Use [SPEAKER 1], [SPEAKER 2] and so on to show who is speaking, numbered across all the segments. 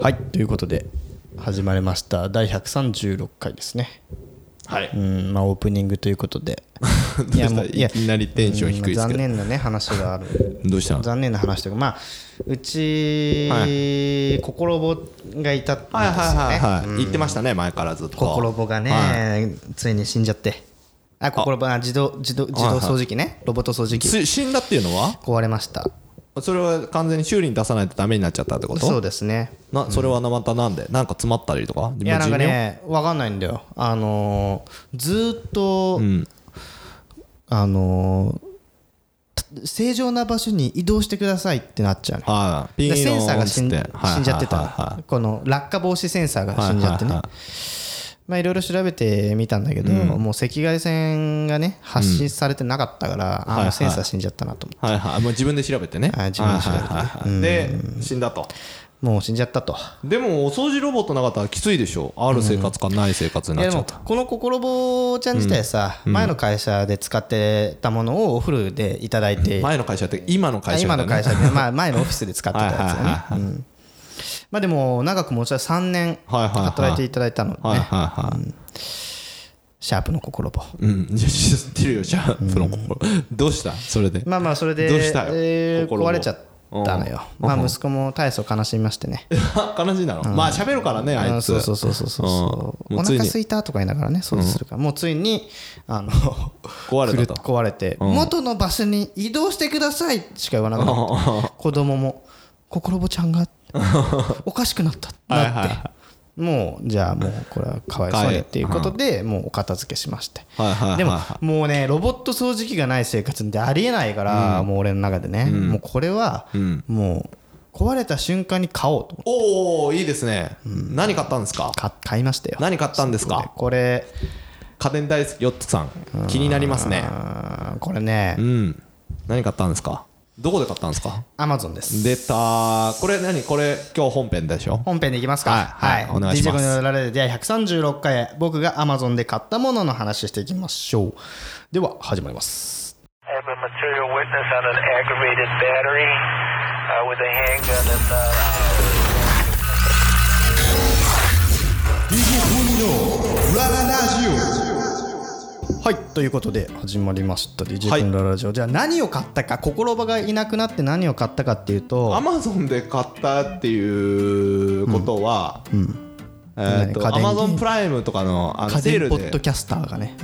[SPEAKER 1] はいということで始まりました第136回ですね
[SPEAKER 2] はい。
[SPEAKER 1] うんまあオープニングということ で
[SPEAKER 2] いやもういきなりテンション低いですけ
[SPEAKER 1] うん残
[SPEAKER 2] ど
[SPEAKER 1] 念なね話がある
[SPEAKER 2] どうしたの
[SPEAKER 1] 残念な話というかまあうち、
[SPEAKER 2] は
[SPEAKER 1] 心棒がいたんですよね、
[SPEAKER 2] はいはい。言ってましたね、前からずっと。
[SPEAKER 1] 心棒がね、
[SPEAKER 2] は
[SPEAKER 1] ついに死んじゃってあ心棒あ自動自動自動掃除機ね、ロボット掃除
[SPEAKER 2] い。
[SPEAKER 1] 機
[SPEAKER 2] つ死んだっていうのは
[SPEAKER 1] 壊れました
[SPEAKER 2] それは完全に修理に出さないとダメになっちゃったってこと
[SPEAKER 1] そうですね
[SPEAKER 2] なそれはなまたなんでなんか詰まったりとか
[SPEAKER 1] いやなんかね分かんないんだよあのーずーっと、
[SPEAKER 2] ん
[SPEAKER 1] あのーた正常な場所に移動してくださいってなっちゃうの
[SPEAKER 2] はいピー
[SPEAKER 1] で
[SPEAKER 2] ン
[SPEAKER 1] センサーが死ん
[SPEAKER 2] っつってはい
[SPEAKER 1] 死んじゃって
[SPEAKER 2] はいはい
[SPEAKER 1] た
[SPEAKER 2] は
[SPEAKER 1] のこの落下防止センサーが死んじゃってね
[SPEAKER 2] はいはいはい
[SPEAKER 1] まあいろいろ調べてみたんだけどもう赤外線がね発信されてなかったから
[SPEAKER 2] はい
[SPEAKER 1] あ
[SPEAKER 2] は
[SPEAKER 1] の
[SPEAKER 2] い
[SPEAKER 1] センサー死んじゃったなと思
[SPEAKER 2] はいはいもう自分で調べてね
[SPEAKER 1] はい自分で調べて
[SPEAKER 2] はいはいはいで死んだと
[SPEAKER 1] うもう死んじゃったと
[SPEAKER 2] でもお掃除ロボットなかったらきついでしょある生活かない生活に
[SPEAKER 1] い
[SPEAKER 2] な
[SPEAKER 1] や
[SPEAKER 2] っ
[SPEAKER 1] で
[SPEAKER 2] ちゃ
[SPEAKER 1] も
[SPEAKER 2] った
[SPEAKER 1] この心棒ちゃん自体さ前の会社で使ってたものをお風呂でいただいて
[SPEAKER 2] 前の会社って今の
[SPEAKER 1] あ
[SPEAKER 2] 会社
[SPEAKER 1] 今
[SPEAKER 2] だよ
[SPEAKER 1] の
[SPEAKER 2] ね
[SPEAKER 1] 会社 で、まあ、前のオフィスで使ってたやつ
[SPEAKER 2] はいはい
[SPEAKER 1] だ
[SPEAKER 2] はいはい
[SPEAKER 1] ねうん。まあでも長くもうちろん3年
[SPEAKER 2] はいはいはい
[SPEAKER 1] 働いていただいたので
[SPEAKER 2] はい
[SPEAKER 1] ね
[SPEAKER 2] はいはい
[SPEAKER 1] シャープの心棒
[SPEAKER 2] うん、いや知ってるよ、シャープの心。どうしたそれで。
[SPEAKER 1] まあまあそれで
[SPEAKER 2] どうしたよ
[SPEAKER 1] えー
[SPEAKER 2] 心棒
[SPEAKER 1] 壊れちゃったのよまあ息子も大層悲しみましてね
[SPEAKER 2] 悲しいなの、まあ喋るからね、あ
[SPEAKER 1] あ
[SPEAKER 2] いつ。
[SPEAKER 1] そうそうそうそうそうそう
[SPEAKER 2] うんも
[SPEAKER 1] お
[SPEAKER 2] うついに
[SPEAKER 1] 腹すいたとか言いながらね掃除するからもうついにあの
[SPEAKER 2] 壊れ
[SPEAKER 1] 狂
[SPEAKER 2] た
[SPEAKER 1] っ
[SPEAKER 2] と。
[SPEAKER 1] 壊れて元の場所に移動してくださいしか言わな かった子供も心棒ちゃんがおかしくなったって
[SPEAKER 2] はい
[SPEAKER 1] な
[SPEAKER 2] は
[SPEAKER 1] っ
[SPEAKER 2] い
[SPEAKER 1] て
[SPEAKER 2] は
[SPEAKER 1] もうじゃあもうこれはかわいそう
[SPEAKER 2] か
[SPEAKER 1] に
[SPEAKER 2] え
[SPEAKER 1] っていうことでもうお片付けしまして
[SPEAKER 2] はいはいはい
[SPEAKER 1] でももうねロボット掃除機がない生活ってありえないからもう俺の中でねもうこれはもう壊れた瞬間に買おうと思って
[SPEAKER 2] おおいいですね、何買ったんですか
[SPEAKER 1] か買いましたよ
[SPEAKER 2] 何買ったんですか
[SPEAKER 1] これ
[SPEAKER 2] 家電大好き、ヨッツさん。気になりますね。
[SPEAKER 1] あーこれね
[SPEAKER 2] うん。何買ったんですかどこで買ったんですか
[SPEAKER 1] アマゾンです
[SPEAKER 2] 出たー。これ何これ、今日本編でしょ
[SPEAKER 1] 本編でいきますか
[SPEAKER 2] はいはいお願いします
[SPEAKER 1] DJ コのられで第136回僕が Amazon で買ったものの話していきましょうでは始まります
[SPEAKER 3] I have a material witness on an aggravated battery uh, with a handgun and. Uh,
[SPEAKER 4] Amigo, Radio.
[SPEAKER 1] はいということで始まりました DJ
[SPEAKER 2] はい
[SPEAKER 1] 君のラジオ、じゃあ何を買ったか心場がいなくなって何を買ったかっていうと
[SPEAKER 2] アマゾンで買ったっていうことは、えっと、
[SPEAKER 1] 何家
[SPEAKER 2] ア
[SPEAKER 1] 電
[SPEAKER 2] マゾンプライムとかのあの
[SPEAKER 1] 家
[SPEAKER 2] セー
[SPEAKER 1] 電
[SPEAKER 2] ル
[SPEAKER 1] ポッド
[SPEAKER 2] で、
[SPEAKER 1] キャスターが ね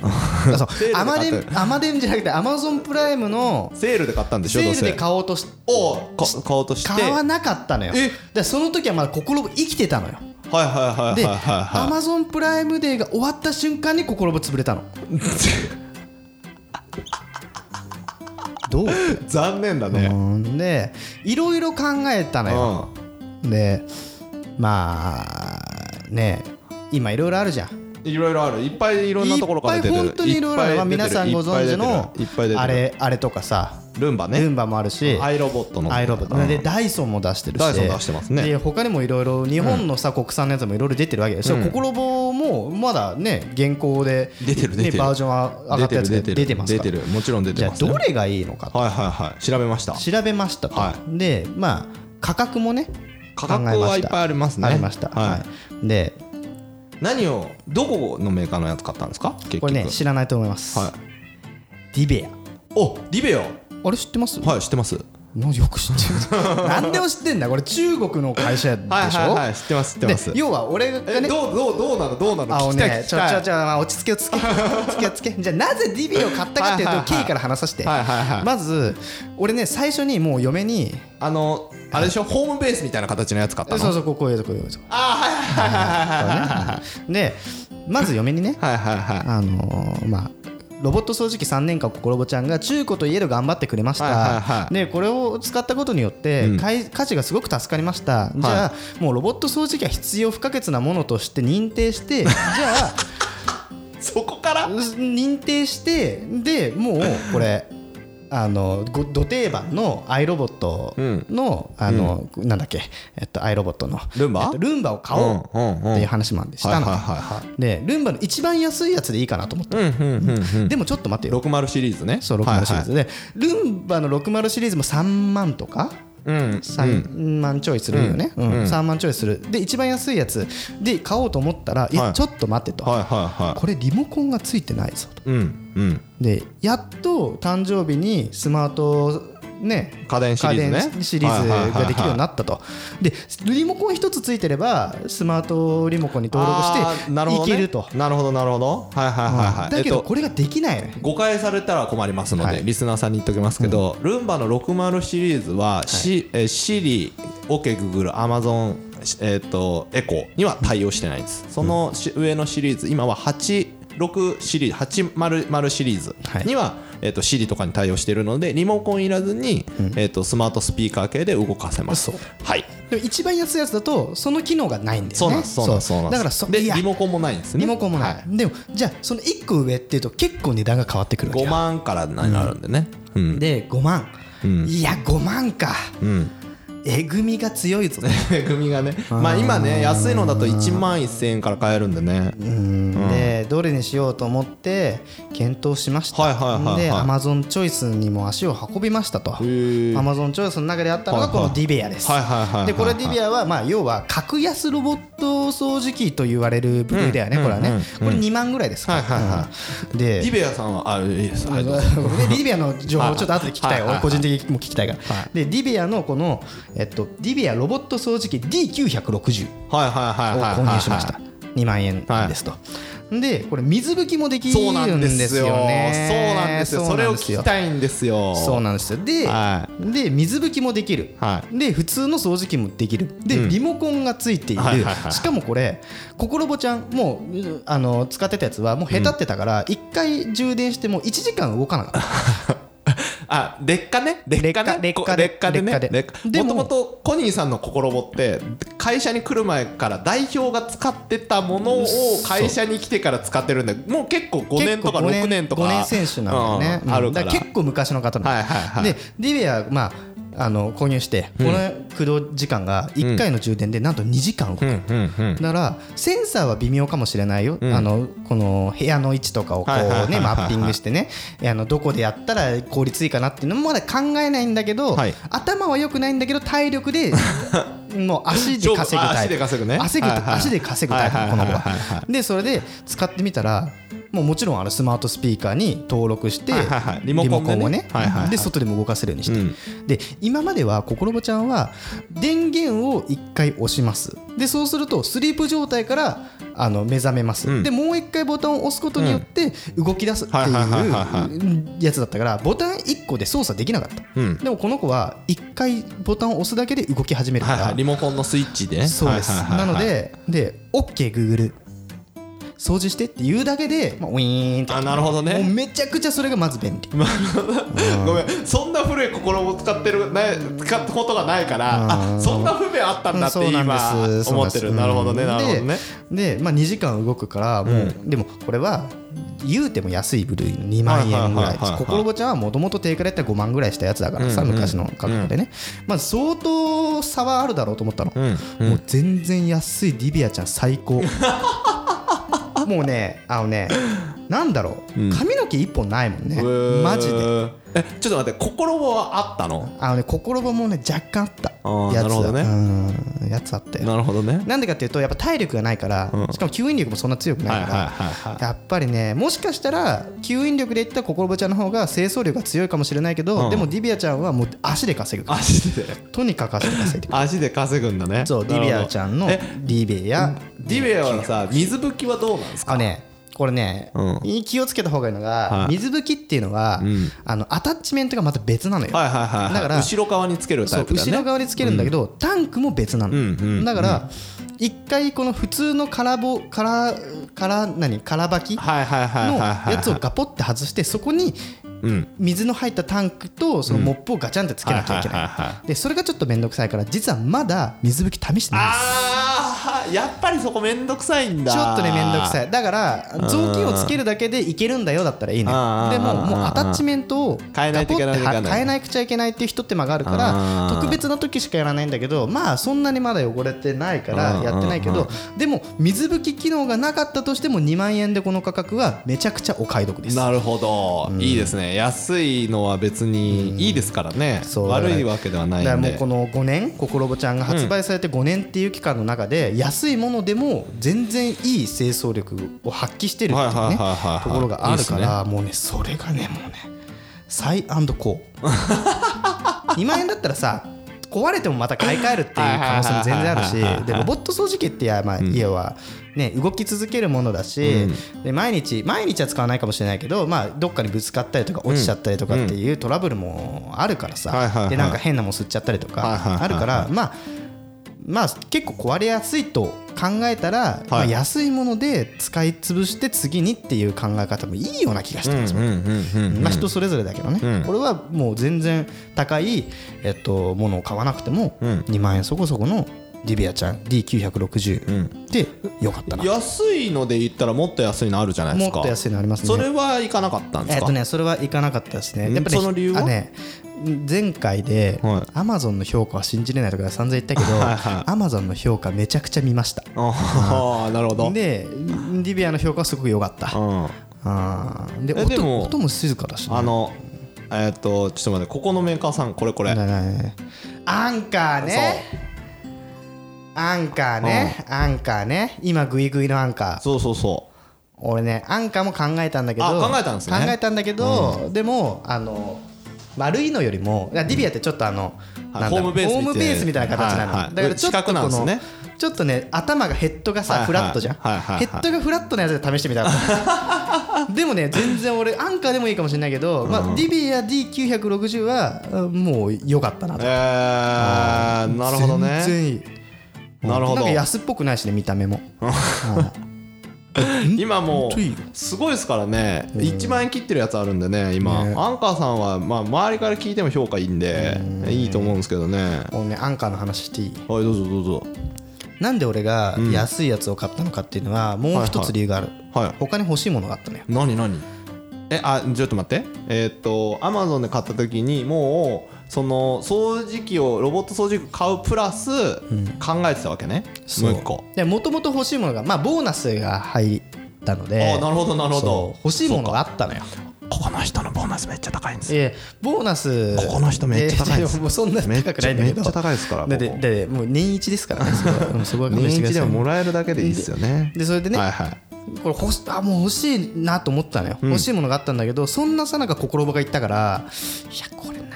[SPEAKER 1] そう
[SPEAKER 2] セールで
[SPEAKER 1] アマ
[SPEAKER 2] 買
[SPEAKER 1] デ
[SPEAKER 2] っ
[SPEAKER 1] ンアマデンじゃなくて Amazon プライムの
[SPEAKER 2] セールで買ったんでしょ
[SPEAKER 1] セールで
[SPEAKER 2] どうせ
[SPEAKER 1] 買おうとし
[SPEAKER 2] おーか買おうとして。
[SPEAKER 1] 買わなかったのよ
[SPEAKER 2] え
[SPEAKER 1] でその時はまだ心棒生きてたのよ
[SPEAKER 2] はいはいはい
[SPEAKER 1] で、
[SPEAKER 2] はいはいはい
[SPEAKER 1] アマゾンプライムデーが終わった瞬間に心も潰れた の。どう
[SPEAKER 2] 残念だね
[SPEAKER 1] でいろいろ考えたの
[SPEAKER 2] うん
[SPEAKER 1] よ。でまあね今いろいろあるじゃん。
[SPEAKER 2] いろいろあるいっぱいいろんなところから出てる
[SPEAKER 1] いっぱい本当にいろいろある、まあ、
[SPEAKER 2] いっぱ
[SPEAKER 1] 皆
[SPEAKER 2] い出てる
[SPEAKER 1] さんご存知
[SPEAKER 2] いっぱい出てる
[SPEAKER 1] のあれあれとかさ、
[SPEAKER 2] ルンバね
[SPEAKER 1] ルンバもあるし
[SPEAKER 2] アイロボットの
[SPEAKER 1] アイロボット
[SPEAKER 2] うん
[SPEAKER 1] でダイソンも出してるし
[SPEAKER 2] ダイソン出してますね
[SPEAKER 1] で他にもいろいろ日本のさ、国産のやつもいろいろ出てるわけでしょ、心棒もまだね現行で
[SPEAKER 2] 出てる出てる
[SPEAKER 1] ね、バージョンは上がったやつが
[SPEAKER 2] 出てる
[SPEAKER 1] 出てます
[SPEAKER 2] 出
[SPEAKER 1] か
[SPEAKER 2] てるもちろん出
[SPEAKER 1] じ
[SPEAKER 2] て
[SPEAKER 1] ゃあ
[SPEAKER 2] ますね
[SPEAKER 1] どれがいいのかと
[SPEAKER 2] はいはいはい調べました
[SPEAKER 1] 調べましたと、
[SPEAKER 2] は
[SPEAKER 1] でまあ価格もね
[SPEAKER 2] 価格
[SPEAKER 1] 考えました
[SPEAKER 2] はいっぱいありますね
[SPEAKER 1] ありました、
[SPEAKER 2] はい
[SPEAKER 1] いで
[SPEAKER 2] 何をどこのメーカーのやつ買ったんですか結局
[SPEAKER 1] これね知らないと思います、
[SPEAKER 2] はい
[SPEAKER 1] ディベア
[SPEAKER 2] おリベオ
[SPEAKER 1] あれ知ってます、
[SPEAKER 2] はい知ってますはい
[SPEAKER 1] もうよく知ってる 何でも知ってんだこれ中国の会社でしょ、
[SPEAKER 2] はいはい知ってます知ってます
[SPEAKER 1] で要は俺が
[SPEAKER 2] え
[SPEAKER 1] ね
[SPEAKER 2] どうどうどうなのどうなの
[SPEAKER 1] あお
[SPEAKER 2] 聞きたい
[SPEAKER 1] ね
[SPEAKER 2] 聞き
[SPEAKER 1] ちょち
[SPEAKER 2] た
[SPEAKER 1] ょ
[SPEAKER 2] い
[SPEAKER 1] ちょ、まあ、落ち着け落ち着 け落ち着け落ち着けじゃあなぜディビを買ったかっていう
[SPEAKER 2] は
[SPEAKER 1] と
[SPEAKER 2] いはい
[SPEAKER 1] 経
[SPEAKER 2] はい
[SPEAKER 1] 緯から話させて
[SPEAKER 2] はいはいはい
[SPEAKER 1] まず俺ね最初にもう嫁に
[SPEAKER 2] あのあれでしょホームベースみたいな形のやつ買った
[SPEAKER 1] そう
[SPEAKER 2] の
[SPEAKER 1] そうこうこういうとこういうとこあはいはいはいはいはいでまず嫁にね
[SPEAKER 2] はいはいはい
[SPEAKER 1] あのーまあロボット掃除機3年間心ぼちゃんが中古といえど頑張ってくれました、
[SPEAKER 2] はいはいはい
[SPEAKER 1] でこれを使ったことによって、かい価値がすごく助かりましたじゃあ、もうロボット掃除機は必要不可欠なものとして認定して じゃあ
[SPEAKER 2] そこから
[SPEAKER 1] 認定してでもうこれあのごど定番のアイロボットの、あの、なんだっけ、えっと、アイロボットの
[SPEAKER 2] ルンバ
[SPEAKER 1] えっとルンバを買おう
[SPEAKER 2] うんうんうん
[SPEAKER 1] っていう話もあってしたの、
[SPEAKER 2] はいはいはいは
[SPEAKER 1] でルンバの一番安いやつでいいかなと思って、でもちょっと待ってよ
[SPEAKER 2] 60シリーズね
[SPEAKER 1] そう60シリーズ、
[SPEAKER 2] はい
[SPEAKER 1] でルンバの60シリーズも3万とか、
[SPEAKER 2] うん
[SPEAKER 1] 3万ちょいするよね、うん3万ちょいするで一番安いやつで買おうと思ったら、い
[SPEAKER 2] は
[SPEAKER 1] や
[SPEAKER 2] い
[SPEAKER 1] ちょっと待ってと、
[SPEAKER 2] はいはいはい
[SPEAKER 1] これリモコンがついてないぞと
[SPEAKER 2] うんうん
[SPEAKER 1] でやっと誕生日にスマートね
[SPEAKER 2] 家電シリーズね
[SPEAKER 1] 家電シリーズができるようになったとでリモコン一つついてればスマートリモコンに登録
[SPEAKER 2] あ
[SPEAKER 1] し
[SPEAKER 2] ーなるほど
[SPEAKER 1] てい
[SPEAKER 2] ね
[SPEAKER 1] けると
[SPEAKER 2] なるほどなるほどはいはいはいはい
[SPEAKER 1] だけ
[SPEAKER 2] えっ
[SPEAKER 1] ど
[SPEAKER 2] と
[SPEAKER 1] これができないね
[SPEAKER 2] 誤解されたら困りますので、
[SPEAKER 1] はい
[SPEAKER 2] リスナーさんに言っときますけど、ルンバの60シリーズは、シえーシリオケグーグルアマゾンえっ、とエコーには対応してないです、そのし上のシリーズ今は86シリーズ800シリーズ
[SPEAKER 1] はい
[SPEAKER 2] には、えー、と Siri とかに対応しているのでリモコンいらずに、えー、とスマートスピーカー系で動かせます
[SPEAKER 1] そう
[SPEAKER 2] はい
[SPEAKER 1] でも一番安いやつだとその機能がないんだよね
[SPEAKER 2] そうなんですそうなんですそうなんで
[SPEAKER 1] だ
[SPEAKER 2] す
[SPEAKER 1] からそ
[SPEAKER 2] で
[SPEAKER 1] いや
[SPEAKER 2] リモコンもないんですね
[SPEAKER 1] リモコンもない、
[SPEAKER 2] は
[SPEAKER 1] でもじゃあその1個上っていうと結構値段が変わってくるわけ
[SPEAKER 2] 5
[SPEAKER 1] よ
[SPEAKER 2] 万からになるんでねうん
[SPEAKER 1] で5万、いや5万か
[SPEAKER 2] うん
[SPEAKER 1] えぐみが強いぞ
[SPEAKER 2] えぐみがねまあ今ね安いのだと1万1000円から買えるんでね
[SPEAKER 1] うんでどれにしようと思って検討しました、
[SPEAKER 2] はいはいはいはい
[SPEAKER 1] で Amazon チョイスにも足を運びましたと Amazon チョイスの中であったのがこ
[SPEAKER 2] はい
[SPEAKER 1] の
[SPEAKER 2] はい
[SPEAKER 1] ディベアです、
[SPEAKER 2] はいはいはいはいはい
[SPEAKER 1] でこれディベアはまあ要は格安ロボット掃除機と言われる部類だよね、これはね、これ2万ぐらいですから、
[SPEAKER 2] はいはいは
[SPEAKER 1] うんで
[SPEAKER 2] ディベアさんはあいいですはいどうぞ
[SPEAKER 1] でリベアの情報をちょっと後で聞きたい、
[SPEAKER 2] はい
[SPEAKER 1] 俺個人的にも聞きたいから、でリベアのこの、えっと、リベアロボット掃除機 D960
[SPEAKER 2] は
[SPEAKER 1] を
[SPEAKER 2] いはいはいはい
[SPEAKER 1] 購入しました、2万円ですと、でこれ水拭きもでき
[SPEAKER 2] そうな
[SPEAKER 1] る
[SPEAKER 2] ん
[SPEAKER 1] ん
[SPEAKER 2] で
[SPEAKER 1] です
[SPEAKER 2] すよ
[SPEAKER 1] よ
[SPEAKER 2] そう
[SPEAKER 1] ね
[SPEAKER 2] なんですよそれを聞き
[SPEAKER 1] い
[SPEAKER 2] たいんですよ
[SPEAKER 1] そうなんですよで,、
[SPEAKER 2] は
[SPEAKER 1] で水拭きもできる、
[SPEAKER 2] はい
[SPEAKER 1] で普通の掃除機もできるで、リモコンがついている、
[SPEAKER 2] はいはいはい
[SPEAKER 1] しかもこれココロボちゃんもううあの使ってたやつはもうへたってたから、一1回充電しても1時間動かなか った
[SPEAKER 2] あ劣化ね劣化ね
[SPEAKER 1] 劣化
[SPEAKER 2] こ
[SPEAKER 1] 劣
[SPEAKER 2] 劣
[SPEAKER 1] 化
[SPEAKER 2] 化
[SPEAKER 1] で
[SPEAKER 2] でね
[SPEAKER 1] 劣化でで
[SPEAKER 2] も
[SPEAKER 1] も
[SPEAKER 2] ともとコニーさんの心ぼって会社に来る前から代表が使ってたものを会社に来てから使ってるんでもう結構5年と
[SPEAKER 1] 結構
[SPEAKER 2] か
[SPEAKER 1] 五
[SPEAKER 2] 6年とか
[SPEAKER 1] 五年選手なんだよね、
[SPEAKER 2] うんある
[SPEAKER 1] だ
[SPEAKER 2] から
[SPEAKER 1] ら結構昔の方なんだ、
[SPEAKER 2] はいはいはい
[SPEAKER 1] でリベアまああの購入してこの駆動時間が1回の充電でなんと2時間動く、
[SPEAKER 2] うんうんうん
[SPEAKER 1] だからセンサーは微妙かもしれないよ、あのこの部屋の位置とかをこ
[SPEAKER 2] はいはいは
[SPEAKER 1] う
[SPEAKER 2] いは
[SPEAKER 1] ね
[SPEAKER 2] い
[SPEAKER 1] マッピングしてねあのどこでやったら効率いいかなっていうのもまだ考えないんだけど、
[SPEAKER 2] はい
[SPEAKER 1] 頭は良くないんだけど体力 でもう足で稼ぐ
[SPEAKER 2] 勝負あ
[SPEAKER 1] タイプ
[SPEAKER 2] 足で稼ぐね
[SPEAKER 1] 足で
[SPEAKER 2] はいはい
[SPEAKER 1] 足で稼ぐタイプこの子
[SPEAKER 2] はいはいはい
[SPEAKER 1] は
[SPEAKER 2] は
[SPEAKER 1] でそれで使ってみたらもうもちろんあのスマートスピーカーに登録して
[SPEAKER 2] はいはいはい
[SPEAKER 1] リ
[SPEAKER 2] リ
[SPEAKER 1] モ
[SPEAKER 2] モ
[SPEAKER 1] コ
[SPEAKER 2] コン
[SPEAKER 1] ン
[SPEAKER 2] でね
[SPEAKER 1] をね
[SPEAKER 2] はいはいはい
[SPEAKER 1] で外でも動かせるようにして、
[SPEAKER 2] うん
[SPEAKER 1] で今まではココロボちゃんは電源を1回押しますでそうするとスリープ状態からあの目覚めます、
[SPEAKER 2] うん
[SPEAKER 1] でもう1回ボタンを押すことによって動き出すって
[SPEAKER 2] はいはいはいはいはい
[SPEAKER 1] いうやつだったからボタン1個で操作できなかった、
[SPEAKER 2] うん
[SPEAKER 1] でもこの子は1回ボタンを押すだけで動き始めるか
[SPEAKER 2] は
[SPEAKER 1] ら、
[SPEAKER 2] いはい、リモコンのスイッチでね
[SPEAKER 1] そうです、
[SPEAKER 2] はいはいはいはい
[SPEAKER 1] なのでで OKGoogle 掃除してって言うだけで、まあ、ウィーンと
[SPEAKER 2] あなるほど
[SPEAKER 1] もう
[SPEAKER 2] ね
[SPEAKER 1] めちゃくちゃそれがまず便利
[SPEAKER 2] ごめんそんな古い心を使ってるね使ったことがないからあそんな不便あったんだって
[SPEAKER 1] うんそう
[SPEAKER 2] 今
[SPEAKER 1] なんです
[SPEAKER 2] 思って
[SPEAKER 1] そう
[SPEAKER 2] る
[SPEAKER 1] んです
[SPEAKER 2] なるほどね
[SPEAKER 1] うん
[SPEAKER 2] なるほどね
[SPEAKER 1] でで、まあ、2時間動くからもう、でもこれは言うても安い部類の2万円ぐら
[SPEAKER 2] はいはいい
[SPEAKER 1] で
[SPEAKER 2] はい
[SPEAKER 1] す
[SPEAKER 2] はい
[SPEAKER 1] 心ぼちゃんはもともと定価でやったら5万ぐらいしたやつだからさ、
[SPEAKER 2] うんうん
[SPEAKER 1] 昔の価格でね、まあ相当差はあるだろうと思ったの、
[SPEAKER 2] ん
[SPEAKER 1] もう全然安いディビアちゃん最 高もうねあのねなんだろう、髪の毛1本ないもんね、マジで
[SPEAKER 2] でえちょっと待って心はあったの
[SPEAKER 1] あのね心ぼもね若干あった
[SPEAKER 2] あー
[SPEAKER 1] やつ
[SPEAKER 2] なるほどね
[SPEAKER 1] うんやつあったよ
[SPEAKER 2] なるほどね
[SPEAKER 1] なんでかっていうとやっぱ体力がないから、しかも吸引力もそんな強くないから、
[SPEAKER 2] はいはいはいは
[SPEAKER 1] やっぱりねもしかしたら吸引力で言ったら心ぼちゃんの方が清掃力が強いかもしれないけど、
[SPEAKER 2] うん
[SPEAKER 1] でもディビアちゃんはもう足で稼ぐから
[SPEAKER 2] 足で
[SPEAKER 1] とにかく足で稼いでくる
[SPEAKER 2] 足で稼ぐんだね
[SPEAKER 1] そうディビアちゃんの
[SPEAKER 2] なる
[SPEAKER 1] デ
[SPEAKER 2] ほどえ
[SPEAKER 1] ィベア
[SPEAKER 2] ディベアはさ水拭きはどうなんです
[SPEAKER 1] あ
[SPEAKER 2] か
[SPEAKER 1] のねこれね、
[SPEAKER 2] う
[SPEAKER 1] 気をつけた方がいいのが、
[SPEAKER 2] はい
[SPEAKER 1] 水拭きっていうのは、
[SPEAKER 2] ん
[SPEAKER 1] あのアタッチメントがまた別なのよ、
[SPEAKER 2] はいはいはいはい
[SPEAKER 1] だから
[SPEAKER 2] 後ろ側につけるタ
[SPEAKER 1] そう
[SPEAKER 2] イプだよ
[SPEAKER 1] 後
[SPEAKER 2] ね
[SPEAKER 1] ろ側でつけるんだけど、タンクも別なの、
[SPEAKER 2] うんうん
[SPEAKER 1] だから一回この普通の空ぼ空空何空ばき
[SPEAKER 2] はいはいはいはいは
[SPEAKER 1] の
[SPEAKER 2] い
[SPEAKER 1] やつをガポって外してそこに
[SPEAKER 2] うん
[SPEAKER 1] 水の入ったタンクとそのモップをガチャンってつけなきゃいけ
[SPEAKER 2] はい
[SPEAKER 1] な
[SPEAKER 2] はいはいはい
[SPEAKER 1] でそれがちょっと面倒くさいから実はまだ水拭き試してないんです
[SPEAKER 2] ああやっぱりそこめんどくさいんだ
[SPEAKER 1] ちょっとねめんどくさいだから雑巾をつけるだけでいけるんだよだったらいいね
[SPEAKER 2] あー
[SPEAKER 1] でも
[SPEAKER 2] あー
[SPEAKER 1] もう
[SPEAKER 2] あー
[SPEAKER 1] アタッチメントを
[SPEAKER 2] 変えないといけない
[SPEAKER 1] ガポッて
[SPEAKER 2] いけない
[SPEAKER 1] 変えなくちゃいけないっていう一手間があるか
[SPEAKER 2] あ
[SPEAKER 1] ら
[SPEAKER 2] ー
[SPEAKER 1] 特別な時しかやらないんだけどまあそんなにまだ汚れてないか
[SPEAKER 2] う
[SPEAKER 1] ら
[SPEAKER 2] ん
[SPEAKER 1] やってないけ
[SPEAKER 2] うんう
[SPEAKER 1] どでも水拭き機能がなかったとしても2万円でこの価格はめちゃくちゃお買い得です
[SPEAKER 2] なるほど、いいですね安いのは別にいいですからね、
[SPEAKER 1] そう
[SPEAKER 2] 悪いわけではない
[SPEAKER 1] だから
[SPEAKER 2] ん
[SPEAKER 1] もう
[SPEAKER 2] で
[SPEAKER 1] この5年「ココロボちゃん」が発売されて5年っていう期間の中で安いものでも全然いい清掃力を発揮してるっていう
[SPEAKER 2] はいはい
[SPEAKER 1] ね
[SPEAKER 2] はいはいはい
[SPEAKER 1] ところがあるか
[SPEAKER 2] いいっ
[SPEAKER 1] らもうねそれがねもうねサイコー 2万円だったらさ壊れてもまた買い替えるっていう可能性も全然ある
[SPEAKER 2] はいはいはいはい
[SPEAKER 1] しでロボット掃除機ってや、まあ、家は、ね、動き続けるものだし、で毎日毎日は使わないかもしれないけど、まあ、どっかにぶつかったりとか落ちちゃったりとかっていうトラブルもあるからさ、
[SPEAKER 2] はいはいはい
[SPEAKER 1] でなんか変なもん吸っちゃったりと
[SPEAKER 2] はいはいはい
[SPEAKER 1] か
[SPEAKER 2] はい
[SPEAKER 1] あるからまあまあ結構壊れやすいと考えたら、まあ、安いもので使い潰して次にっていう考え方もいいような気がしてます、
[SPEAKER 2] うんうんうん
[SPEAKER 1] まあ、人それぞれだけどね、これはもう全然高い、えっと、ものを買わなくても
[SPEAKER 2] ん
[SPEAKER 1] 2万円そこそこのリビアちゃん D960 でよかったな、
[SPEAKER 2] 安いので言ったらもっと安いのあるじゃないで
[SPEAKER 1] もっ
[SPEAKER 2] すか
[SPEAKER 1] と安いのありますね
[SPEAKER 2] それはいかなかったんで
[SPEAKER 1] え
[SPEAKER 2] す
[SPEAKER 1] っ
[SPEAKER 2] か、
[SPEAKER 1] とねそれはいかなかったですね
[SPEAKER 2] ん
[SPEAKER 1] やっぱり
[SPEAKER 2] その理由は
[SPEAKER 1] あね前回で
[SPEAKER 2] は
[SPEAKER 1] アマゾンの評価は信じれないとか散々言ったけどアマゾンの評価めちゃくちゃ見ました
[SPEAKER 2] ああなるほど、
[SPEAKER 1] でリビアの評価はすごく良かった
[SPEAKER 2] うん、
[SPEAKER 1] あーで
[SPEAKER 2] えでも
[SPEAKER 1] 音音も静かだしね
[SPEAKER 2] あのえっ、とちょっと待ってここのメーカーさんこれこれ、
[SPEAKER 1] ねねねねアンカーねアンカーねアンカーね今グイグイのアンカー
[SPEAKER 2] そうそうそう
[SPEAKER 1] 俺ねアンカーも考えたんだけど
[SPEAKER 2] あ考えたんですね
[SPEAKER 1] 考えたんだけど、でもあの丸いのよりもいやディビアってちょっとあの、
[SPEAKER 2] はい
[SPEAKER 1] なんだろう
[SPEAKER 2] ホームベースみたいな
[SPEAKER 1] ホームベースみたいな形なの、
[SPEAKER 2] はいはい
[SPEAKER 1] だからちょっとこの
[SPEAKER 2] 四角なんです
[SPEAKER 1] ちょっとね頭がヘッドがさ、
[SPEAKER 2] はいはい
[SPEAKER 1] フラットじゃん、
[SPEAKER 2] はいはいはい
[SPEAKER 1] ヘッドがフラットなやつで試してみたか ったでもね全然俺アンカーでもいいかもしれないけど、まあ、ディビア D960 はあもう良かったな
[SPEAKER 2] え
[SPEAKER 1] と
[SPEAKER 2] ー、なるほどね
[SPEAKER 1] 全然いい
[SPEAKER 2] なるほど
[SPEAKER 1] なんか安っぽくないしね見た目もはい
[SPEAKER 2] 今も
[SPEAKER 1] 当いいう
[SPEAKER 2] すごいですからね1万円切ってるやつあるんでね今
[SPEAKER 1] ね
[SPEAKER 2] アンカーさんはまあ周りから聞いても評価いいんでいいと思うんですけどねはい
[SPEAKER 1] もうねアンカーの話していい
[SPEAKER 2] どうぞどうぞ
[SPEAKER 1] なんで俺が安いやつを買ったのかっていうのはもう一つ理由がある、
[SPEAKER 2] はい
[SPEAKER 1] 他に欲しいものがあったのよ
[SPEAKER 2] 何何えあちょっと待ってえーっとアマゾンで買った時にもうその掃除機をロボット掃除機買うプラス考えてたわけねもう一個
[SPEAKER 1] でもともと欲しいものがまあボーナスが入ったので
[SPEAKER 2] あなるほどなるほど
[SPEAKER 1] そう欲しいものがあったのよ
[SPEAKER 2] ここの人のボーナスめっちゃ高いんで
[SPEAKER 1] いやボーナス
[SPEAKER 2] ここの人めっちゃ高いです
[SPEAKER 1] ややもうそんな高くないんだけど
[SPEAKER 2] めっちゃめっちゃ高いですから
[SPEAKER 1] だって
[SPEAKER 2] ここ
[SPEAKER 1] だってもう年一ですからねそこ はうんそこは勘弁して
[SPEAKER 2] 年
[SPEAKER 1] くだ
[SPEAKER 2] 一
[SPEAKER 1] さ
[SPEAKER 2] で
[SPEAKER 1] い
[SPEAKER 2] ももらえるだけでいいですよね
[SPEAKER 1] でそれでね、
[SPEAKER 2] はいはい
[SPEAKER 1] これ欲しあもう欲しいなと思ったのよ、欲しいものがあったんだけどそんなさなか心ばが言ったからいやこれな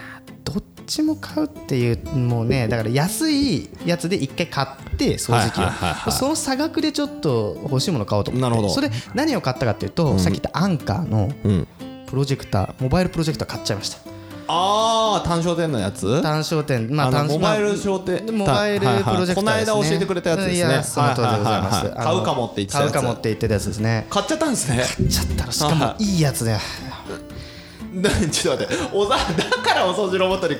[SPEAKER 1] どっちも買うっていうもうねだから安いやつで一回買って掃除機を、
[SPEAKER 2] はいはいはいはい
[SPEAKER 1] その差額でちょっと欲しいもの買おうと思って
[SPEAKER 2] なるほど
[SPEAKER 1] それ何を買ったかっていうと、さっき言ったアンカーの
[SPEAKER 2] うん
[SPEAKER 1] プロジェクターモバイルプロジェクター買っちゃいました
[SPEAKER 2] ああ単焦点のやつ
[SPEAKER 1] 単焦点まあ
[SPEAKER 2] あの
[SPEAKER 1] 単焦
[SPEAKER 2] モバイル商店
[SPEAKER 1] モバイルプロジェクターです、ね、
[SPEAKER 2] この間教えてくれたやつですね
[SPEAKER 1] いやその通りでございます、
[SPEAKER 2] はいはいはいはい買うかもって言ってたやつ
[SPEAKER 1] 買うかもって言ってたやつですね
[SPEAKER 2] 買っ ちゃったんですね
[SPEAKER 1] 買っちゃったらしかもいいやつだよ
[SPEAKER 2] ちょっと待っておざだからお掃除ロボットに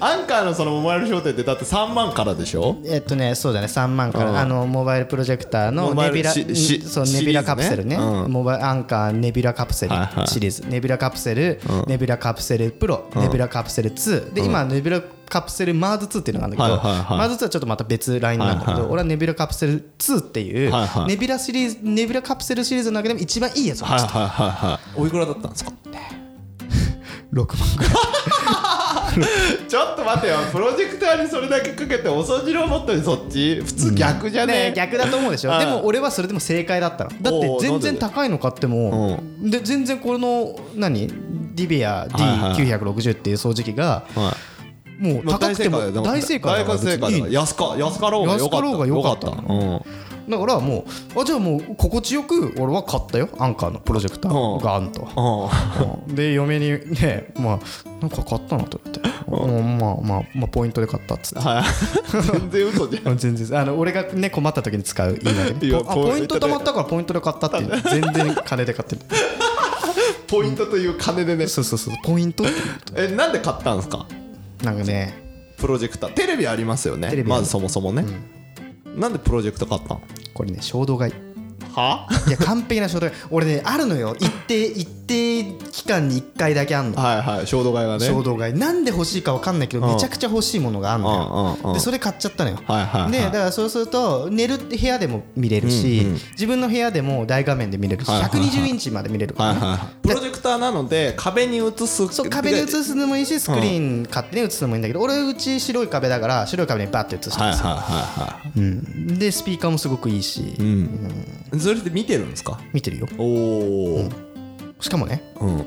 [SPEAKER 2] アンカーのそのモバイル商店ってだって3万からでしょ
[SPEAKER 1] えっとね、そうだね、3万から、
[SPEAKER 2] うん
[SPEAKER 1] あのモバイルプロジェクターの
[SPEAKER 2] モバイ
[SPEAKER 1] ネ
[SPEAKER 2] ル
[SPEAKER 1] ビラ、
[SPEAKER 2] しし
[SPEAKER 1] そう
[SPEAKER 2] シ
[SPEAKER 1] ネ
[SPEAKER 2] リーズね
[SPEAKER 1] ビラカプセルね、
[SPEAKER 2] うん
[SPEAKER 1] モバイルアンカーネビラカプセル
[SPEAKER 2] はいはい
[SPEAKER 1] シリーズ、ネビラカプセル、ネビラカプセルプロ、ネビラカプセル2、で、今、ネビラカプセルマーズ2っていうのがあるんだけど、
[SPEAKER 2] はいはいはい
[SPEAKER 1] マーズ2はちょっとまた別ラインなんだけど、
[SPEAKER 2] はいはい
[SPEAKER 1] 俺はネビラカプセル2っていう、
[SPEAKER 2] はいはい
[SPEAKER 1] ネビラシリーズ、ネビラカプセルシリーズの中でも一番いいやつを買いました
[SPEAKER 2] はいはいはいおいくらだったんですか
[SPEAKER 1] 6万ぐらい。
[SPEAKER 2] ちょっと待てよプロジェクターにそれだけかけてお掃除ロボットにそっち普通逆じゃね,、
[SPEAKER 1] ね、逆だと思うでし
[SPEAKER 2] う
[SPEAKER 1] ょ
[SPEAKER 2] ん
[SPEAKER 1] でも俺はそれでも正解だったのだって
[SPEAKER 2] おー
[SPEAKER 1] 全然高いの買ってもで全然この何リビア
[SPEAKER 2] はい
[SPEAKER 1] D960 っていう掃除機が
[SPEAKER 2] は
[SPEAKER 1] もう
[SPEAKER 2] い、もう
[SPEAKER 1] 高くても大正解だから
[SPEAKER 2] 大正解だから
[SPEAKER 1] 別にいい
[SPEAKER 2] 安か安かろうがよかった
[SPEAKER 1] 安かろうが良かった
[SPEAKER 2] 良うん
[SPEAKER 1] だからもうあじゃあもう心地よく俺は買ったよアンカーのプロジェクタ
[SPEAKER 2] うん
[SPEAKER 1] ーガーンと。
[SPEAKER 2] う
[SPEAKER 1] で嫁にねまあなんか買ったなと言ってうんまあまあまあポイントで買ったっつって
[SPEAKER 2] んはい 全然嘘じゃん
[SPEAKER 1] うん全然あの俺がね困った時に使う言い訳
[SPEAKER 2] い
[SPEAKER 1] ね
[SPEAKER 2] や
[SPEAKER 1] ポあ
[SPEAKER 2] ポイント
[SPEAKER 1] ポイント貯
[SPEAKER 2] で
[SPEAKER 1] まったからポイントで買ったって いう全然金で買ってる
[SPEAKER 2] ポイントという金でね
[SPEAKER 1] そうそうそうポイントって いうと
[SPEAKER 2] えなんで買ったんですか
[SPEAKER 1] なんかね
[SPEAKER 2] プロジェクターテレビありますよね
[SPEAKER 1] テレビ
[SPEAKER 2] まずそもそもね、なんでプロジェクト買ったの
[SPEAKER 1] これね衝動買い
[SPEAKER 2] はい
[SPEAKER 1] や 完璧な衝動買い俺ねあるのよ一定一定期間に1回だけあんの
[SPEAKER 2] はいはい衝動買いがね
[SPEAKER 1] 衝動買いなんで欲しいか分かんないけど
[SPEAKER 2] うん
[SPEAKER 1] めちゃくちゃ欲しいものがあるの
[SPEAKER 2] うんうんう
[SPEAKER 1] よ
[SPEAKER 2] ん
[SPEAKER 1] でそれ買っちゃったのよ
[SPEAKER 2] はいはいはい
[SPEAKER 1] でだからそうすると寝る部屋でも見れるし自分の部屋でも大画面で見れるし
[SPEAKER 2] はいはいはい
[SPEAKER 1] 120インチまで見れる
[SPEAKER 2] はいはいプロジェクターなので壁に映す
[SPEAKER 1] そう壁に映すのもいいしスクリーン買ってね映すのもいいんだけど俺うち白い壁だから白い壁にバッて映して
[SPEAKER 2] は
[SPEAKER 1] ま
[SPEAKER 2] いはい
[SPEAKER 1] す
[SPEAKER 2] は
[SPEAKER 1] うんでスピーカーもすごくいいし
[SPEAKER 2] いはいうんそれで見てるんですか
[SPEAKER 1] 見てるよ
[SPEAKER 2] おお
[SPEAKER 1] しかもね
[SPEAKER 2] うん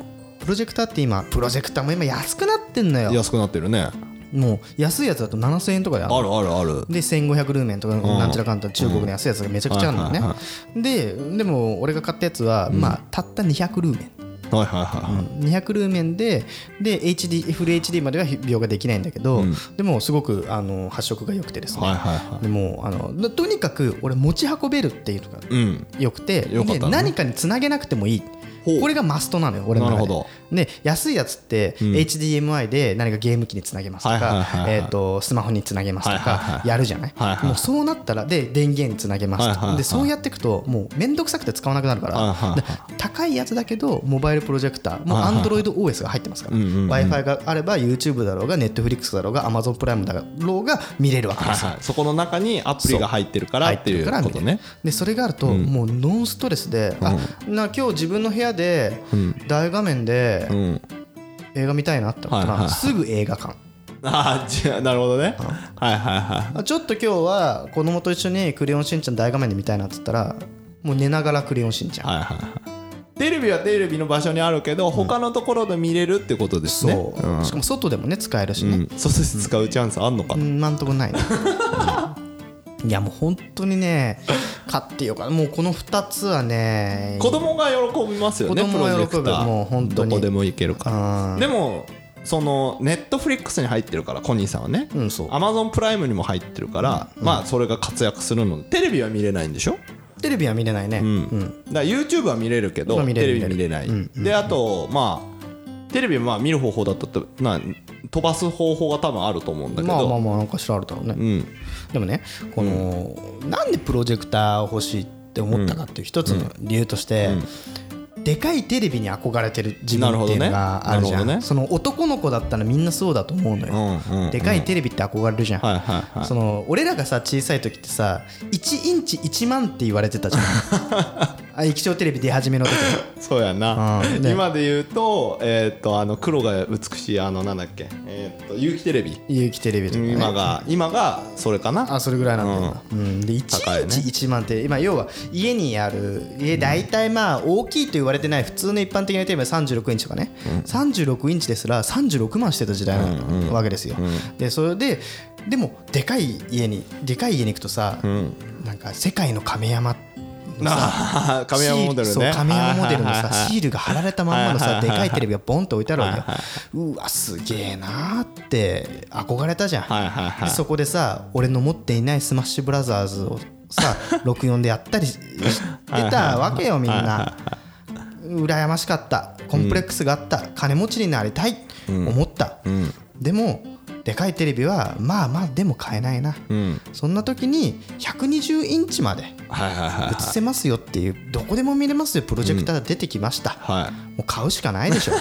[SPEAKER 1] プロジェクターって今プロジェクターも今安くなってんのよ
[SPEAKER 2] 安くなってるね
[SPEAKER 1] もう安いやつだと7000円とかである
[SPEAKER 2] あるあるある
[SPEAKER 1] で1500ルーメンとかなんちゃらかんたら中国の安いやつがめちゃくちゃあるのね
[SPEAKER 2] はいは
[SPEAKER 1] ででも俺が買ったやつはまあたった200ルーメン
[SPEAKER 2] はいはいは
[SPEAKER 1] 200ルーメンでで HD FHD までは描画できないんだけど、
[SPEAKER 2] うん
[SPEAKER 1] でもすごくあの発色が良くてですね、
[SPEAKER 2] はいはいはい
[SPEAKER 1] でもうあのとにかく俺持ち運べるっていうのが
[SPEAKER 2] いうん
[SPEAKER 1] 良くて、
[SPEAKER 2] よかっ
[SPEAKER 1] で
[SPEAKER 2] たね
[SPEAKER 1] 何かにつなげなくてもいい
[SPEAKER 2] ほう
[SPEAKER 1] これがマストなのよ俺の中で
[SPEAKER 2] なるほ
[SPEAKER 1] で安いやつって、HDMI で何かゲーム機につなげますと
[SPEAKER 2] はいはい
[SPEAKER 1] か
[SPEAKER 2] はいはい
[SPEAKER 1] えーとスマホにつなげますと
[SPEAKER 2] はいはい
[SPEAKER 1] か
[SPEAKER 2] はい
[SPEAKER 1] やるじゃない,、
[SPEAKER 2] はいはい
[SPEAKER 1] もうそうなったらで電源につなげますと、
[SPEAKER 2] はいはいはい
[SPEAKER 1] でそうやっていくともう面倒くさくて使わなくなるから、
[SPEAKER 2] はいはいはい
[SPEAKER 1] で高いやつだけどモバイルプロジェクターもう
[SPEAKER 2] はいはいはい
[SPEAKER 1] AndroidOS が入ってますから、
[SPEAKER 2] うんうんうん
[SPEAKER 1] w i f i があれば YouTube だろうが Netflix だろうが Amazon プライムだろうが見れるわけ
[SPEAKER 2] は
[SPEAKER 1] で
[SPEAKER 2] い
[SPEAKER 1] すよ
[SPEAKER 2] はいそこの中にアプリが入ってるから
[SPEAKER 1] 入
[SPEAKER 2] っていうこと
[SPEAKER 1] みたい
[SPEAKER 2] ね
[SPEAKER 1] なでそれがあると、
[SPEAKER 2] うん
[SPEAKER 1] もうノンストレスで、あな今日自分の部屋で、
[SPEAKER 2] ん
[SPEAKER 1] 大画面で
[SPEAKER 2] うん
[SPEAKER 1] 映画見たいなって思ったら、
[SPEAKER 2] はいはいはい
[SPEAKER 1] すぐ映画館
[SPEAKER 2] ああじゃあなるほどねはいはいは
[SPEAKER 1] あちょっと今日は子供と一緒に「クレヨンしんちゃん」大画面で見たいなって言ったらもう寝ながら「クレヨンしんちゃ
[SPEAKER 2] い
[SPEAKER 1] ん」
[SPEAKER 2] はいはいテレビはテレビの場所にあるけど他のところで見れるってことですね
[SPEAKER 1] そう、しかも外でもね使えるし
[SPEAKER 2] う
[SPEAKER 1] ね、
[SPEAKER 2] んそうです使うチャンスあんのか
[SPEAKER 1] う、
[SPEAKER 2] なん
[SPEAKER 1] なんとも ないねいやもう本当にね買ってよかったもうこの2つはね
[SPEAKER 2] 子供が喜びますよね
[SPEAKER 1] 子供が喜ぶ
[SPEAKER 2] プロジェクター
[SPEAKER 1] もう本当に
[SPEAKER 2] どこでも行けるか
[SPEAKER 1] う
[SPEAKER 2] ら
[SPEAKER 1] ん
[SPEAKER 2] でもそのネットフリックスに入ってるからコニーさんはね
[SPEAKER 1] うんそう
[SPEAKER 2] アマゾンプライムにも入ってるから、まあそれが活躍するのでテレビは見れないんでしょ、
[SPEAKER 1] テレビは見れないね、
[SPEAKER 2] うん
[SPEAKER 1] うん
[SPEAKER 2] だから YouTube は見れるけど
[SPEAKER 1] まあ見れ
[SPEAKER 2] テ
[SPEAKER 1] る
[SPEAKER 2] レビ見れない、
[SPEAKER 1] 見れる
[SPEAKER 2] であとまあテレビまあ見る方法だったとな飛ばす方法が多分あると思うんだけど、
[SPEAKER 1] まあまあまあなんかしらあるだろうね、
[SPEAKER 2] うん
[SPEAKER 1] でもねこの、なんでプロジェクター欲しいって思ったかっていう一つの理由として、でかいテレビに憧れてる自分っていうのがあるじ
[SPEAKER 2] な
[SPEAKER 1] ゃ
[SPEAKER 2] るほ
[SPEAKER 1] ん、
[SPEAKER 2] どね
[SPEAKER 1] その男の子だったらみんなそうだと思うのよ、
[SPEAKER 2] うんうんうん
[SPEAKER 1] でかいテレビって憧れるじゃん、
[SPEAKER 2] はいはいはい
[SPEAKER 1] その俺らがさ小さい時ってさ1インチ1万って言われてた じゃんあ液晶テレビ出始めの時
[SPEAKER 2] そうやな、
[SPEAKER 1] うんね
[SPEAKER 2] 今で言うと,、えー、とあの黒が美しいあのなんだっけ、えー、と有機テレビ
[SPEAKER 1] 有機テレビとか、ね、
[SPEAKER 2] 今が今がそれかな
[SPEAKER 1] あそれぐらいなんだ、うんで1
[SPEAKER 2] 高い
[SPEAKER 1] イ
[SPEAKER 2] よ
[SPEAKER 1] ン
[SPEAKER 2] ね
[SPEAKER 1] チ1万って今要は家にある家大体まあ大きいと言われてない普通の一般的なテレビは36インチとかね、36インチですら36万してた時代なわけですよ、でそれででもでかい家にでかい家に行くとさ、なんか世界の亀山のさ
[SPEAKER 2] あー亀山モデルね
[SPEAKER 1] シーそう亀山モデルの
[SPEAKER 2] はいはい
[SPEAKER 1] さ
[SPEAKER 2] はいはい
[SPEAKER 1] シールが貼られたまんまの
[SPEAKER 2] はい
[SPEAKER 1] さ
[SPEAKER 2] はい
[SPEAKER 1] で
[SPEAKER 2] はいは
[SPEAKER 1] か
[SPEAKER 2] い
[SPEAKER 1] いテレビがボンと置いてあるわけようわすげえなーって憧れたじゃん、
[SPEAKER 2] はいはいはい
[SPEAKER 1] でそこでさ俺の持っていないスマッシュブラザーズをさ 64でやったりししてたわけよみんな羨ましかったコンプレックスがあった、金持ちになりたい、思った、でもでかいテレビはまあまあでも買えないな、
[SPEAKER 2] うん
[SPEAKER 1] そんな時に120インチまで
[SPEAKER 2] はいはいは
[SPEAKER 1] 映
[SPEAKER 2] い
[SPEAKER 1] せますよっていうどこでも見れますよプロジェクターが出てきました、
[SPEAKER 2] は
[SPEAKER 1] もう買うしかないで しょ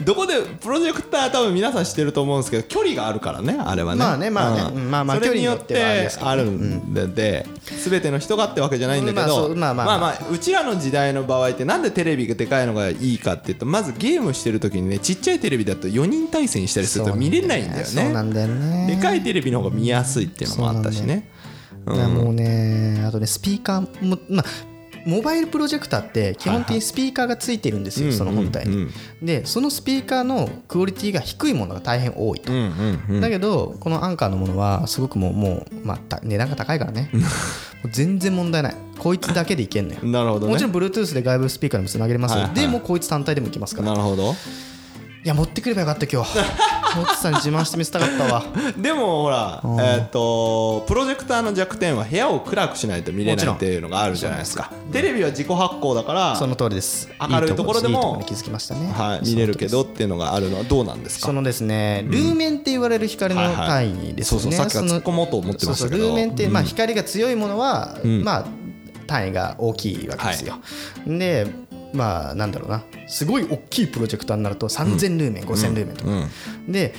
[SPEAKER 2] い、どこでプロジェクター多分皆さん知ってると思うんですけど距離があるからねあれはね
[SPEAKER 1] まあねまあねうんまあまあ
[SPEAKER 2] それによっ
[SPEAKER 1] 距離によってはあれ
[SPEAKER 2] て
[SPEAKER 1] ですけど
[SPEAKER 2] あるんでで全ての人がってわけじゃないんだけど
[SPEAKER 1] うんまあそうまあまあ
[SPEAKER 2] まあうちらの時代の場合ってなんでテレビがでかいのがいいかっていうとまずゲームしてる時にねちっちゃいテレビだと4人対戦したりすると見れないんだよ
[SPEAKER 1] そうなん
[SPEAKER 2] ね
[SPEAKER 1] だよね
[SPEAKER 2] でかいテレビの方が見やすいっていうのもあったしね
[SPEAKER 1] だからもうねあとねスピーカーもまあモバイルプロジェクターって基本的にスピーカーがついてるんですよ、
[SPEAKER 2] うん
[SPEAKER 1] その本体に、
[SPEAKER 2] うんうん
[SPEAKER 1] でそのスピーカーのクオリティが低いものが大変多いと、
[SPEAKER 2] うんうんうん
[SPEAKER 1] だけどこのアンカーのものはすごくもうもう、まあた、値段が高いからねもう全然問題ないこいつだけでいけんのよ
[SPEAKER 2] なるほどね
[SPEAKER 1] もちろん Bluetooth で外部スピーカーにもつなげれますよ、
[SPEAKER 2] はいはい
[SPEAKER 1] でもこいつ単体でもいけますから
[SPEAKER 2] なるほど
[SPEAKER 1] いや持ってくればよかった今日モッツさんに自慢して見せたかったわ
[SPEAKER 2] でもほら、えー、とプロジェクターの弱点は部屋を暗くしないと見れ
[SPEAKER 1] も
[SPEAKER 2] な
[SPEAKER 1] ち
[SPEAKER 2] い
[SPEAKER 1] ろん
[SPEAKER 2] っていうのがあるじゃないですかテレビは自己発光だから
[SPEAKER 1] その通りです
[SPEAKER 2] 明るいところでも
[SPEAKER 1] いいとこに気づきましたね
[SPEAKER 2] はい、見れるけど
[SPEAKER 1] その
[SPEAKER 2] っ
[SPEAKER 1] 通りです
[SPEAKER 2] ていうのがあるのはどうなんですか
[SPEAKER 1] そのですねルーメンって言われる光の
[SPEAKER 2] はいは
[SPEAKER 1] 単
[SPEAKER 2] い
[SPEAKER 1] 位です
[SPEAKER 2] そ
[SPEAKER 1] ね
[SPEAKER 2] うそうさっきから
[SPEAKER 1] その
[SPEAKER 2] 突っ込もうと思ってましたけど
[SPEAKER 1] そうそうルーメンって、まあ、光が強いものは、
[SPEAKER 2] ん
[SPEAKER 1] まあ、単位が大きいわけですよ。でまあなんだろうなすごい大きいプロジェクターになると3000ルーメン、5000ルーメンとか、で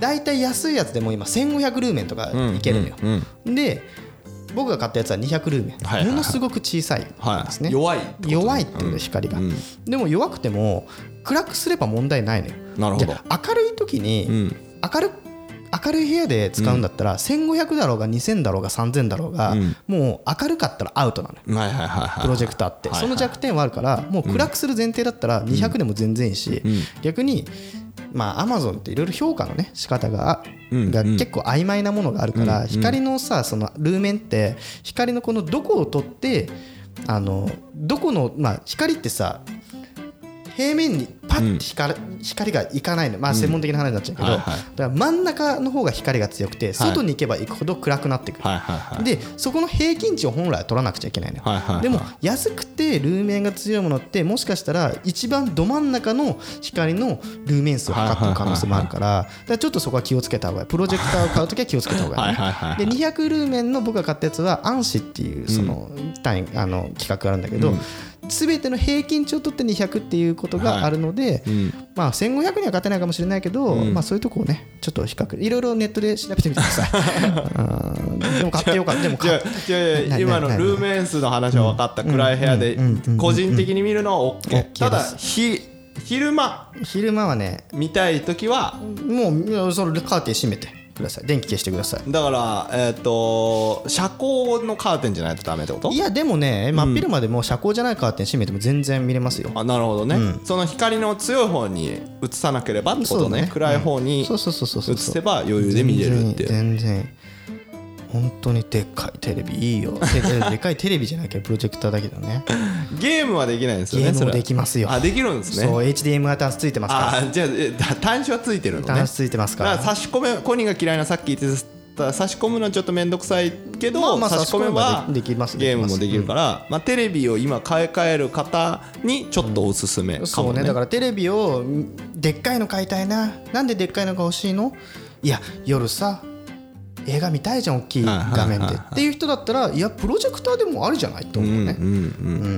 [SPEAKER 1] 大体安いやつでも今1500ルーメンとかいけるのよ、
[SPEAKER 2] うんうん
[SPEAKER 1] で僕が買ったやつは200ルーメン、
[SPEAKER 2] はいはいはい
[SPEAKER 1] ものすごく小さいんですね、
[SPEAKER 2] はい弱いってことね
[SPEAKER 1] 弱いっていう光が、
[SPEAKER 2] うん
[SPEAKER 1] でも弱くても暗くすれば問題ないのよ
[SPEAKER 2] なるほど
[SPEAKER 1] じゃあ明るい時に、
[SPEAKER 2] ん
[SPEAKER 1] 明る明るい部屋で使うんだったら、1500だろうが2000だろうが3000だろうが、
[SPEAKER 2] うん
[SPEAKER 1] もう明るかったらアウトなのよ
[SPEAKER 2] はいはいはいはい
[SPEAKER 1] プロジェクターって、
[SPEAKER 2] はいはい
[SPEAKER 1] その弱点はあるからもう暗くする前提だったら200でも全然いいし、逆にまあアマゾンっていろいろ評価のね仕方が
[SPEAKER 2] うん
[SPEAKER 1] が結構曖昧なものがあるから、光のさそのルーメンって光のこのどこを取ってあのどこのまあ光ってさ平面にパッて光,、光がいかないのまあ専門的な話になっちゃうけど、
[SPEAKER 2] はいはい
[SPEAKER 1] だから真ん中の方が光が強くて外に行けば行くほど暗くなってくる、
[SPEAKER 2] はいはいはい
[SPEAKER 1] でそこの平均値を本来は取らなくちゃいけないのよ、
[SPEAKER 2] はいはいはい
[SPEAKER 1] でも安くてルーメンが強いものってもしかしたら一番ど真ん中の光のルーメン数を測ってる可能性もあるからだからちょっとそこは気をつけた方がいいプロジェクターを買うときは気をつけた方がいい,、ね、
[SPEAKER 2] はいはいはいはい
[SPEAKER 1] で200ルーメンの僕が買ったやつは暗視っていうその単位、あの企画があるんだけど、全ての平均値を取って200っていうことがあるので、まあ、1500には勝てないかもしれないけど、まあ、そういうとこをねちょっと比較いろいろネットで調べてみてください うんでも買ってよかったでも
[SPEAKER 2] い
[SPEAKER 1] 買
[SPEAKER 2] や
[SPEAKER 1] っ
[SPEAKER 2] いやいや
[SPEAKER 1] な
[SPEAKER 2] 今の
[SPEAKER 1] なな
[SPEAKER 2] ルーメン数の話は分かった暗い部屋で個人的に見るのは
[SPEAKER 1] OK で
[SPEAKER 2] OK
[SPEAKER 1] す
[SPEAKER 2] ただひ昼間
[SPEAKER 1] 昼間はね
[SPEAKER 2] 見たい時は
[SPEAKER 1] もういやそのカーテン閉めてください電気消してください
[SPEAKER 2] だからえっと遮光のカーテンじゃないとダメってこと
[SPEAKER 1] いやでもね真っ昼までもう遮光じゃないカーテン閉めても全然見れますよ
[SPEAKER 2] あなるほどね、その光の強い方に映さなければってこと
[SPEAKER 1] そう
[SPEAKER 2] ね
[SPEAKER 1] だね
[SPEAKER 2] 暗い方に映
[SPEAKER 1] そうそうそうそうそう
[SPEAKER 2] せば余裕で見れるっていう
[SPEAKER 1] 全然全然本当にでっかいテレビ いいよてでっかいテレビじゃなきゃプロジェクターだけどね
[SPEAKER 2] ゲームはできないんですよね
[SPEAKER 1] ゲームも
[SPEAKER 2] それは
[SPEAKER 1] できますよ
[SPEAKER 2] あできるんです
[SPEAKER 1] そう
[SPEAKER 2] ね
[SPEAKER 1] HDMI 端子ついてますか
[SPEAKER 2] あじゃあえだ端子はついてるの
[SPEAKER 1] ら
[SPEAKER 2] ね
[SPEAKER 1] 端子ついてますか
[SPEAKER 2] だ
[SPEAKER 1] ら
[SPEAKER 2] から差し込めコニーが嫌いなさっき言ってた差し込むのはちょっと面倒くさいけど、
[SPEAKER 1] まあまあ
[SPEAKER 2] 差し込めば
[SPEAKER 1] 差し込めばできます
[SPEAKER 2] ゲームもできるから、まあ、テレビを今買い替える方にちょっとおすすめか
[SPEAKER 1] そ
[SPEAKER 2] も
[SPEAKER 1] う
[SPEAKER 2] ね,、
[SPEAKER 1] ねだからテレビをんでっかいの買いたいななんででっかいのが欲しいのいや夜さ映画見たいじゃん大きい画面
[SPEAKER 2] はいはいはい
[SPEAKER 1] でっていう人だったらいやプロジェクターでもあるじゃないと思うね、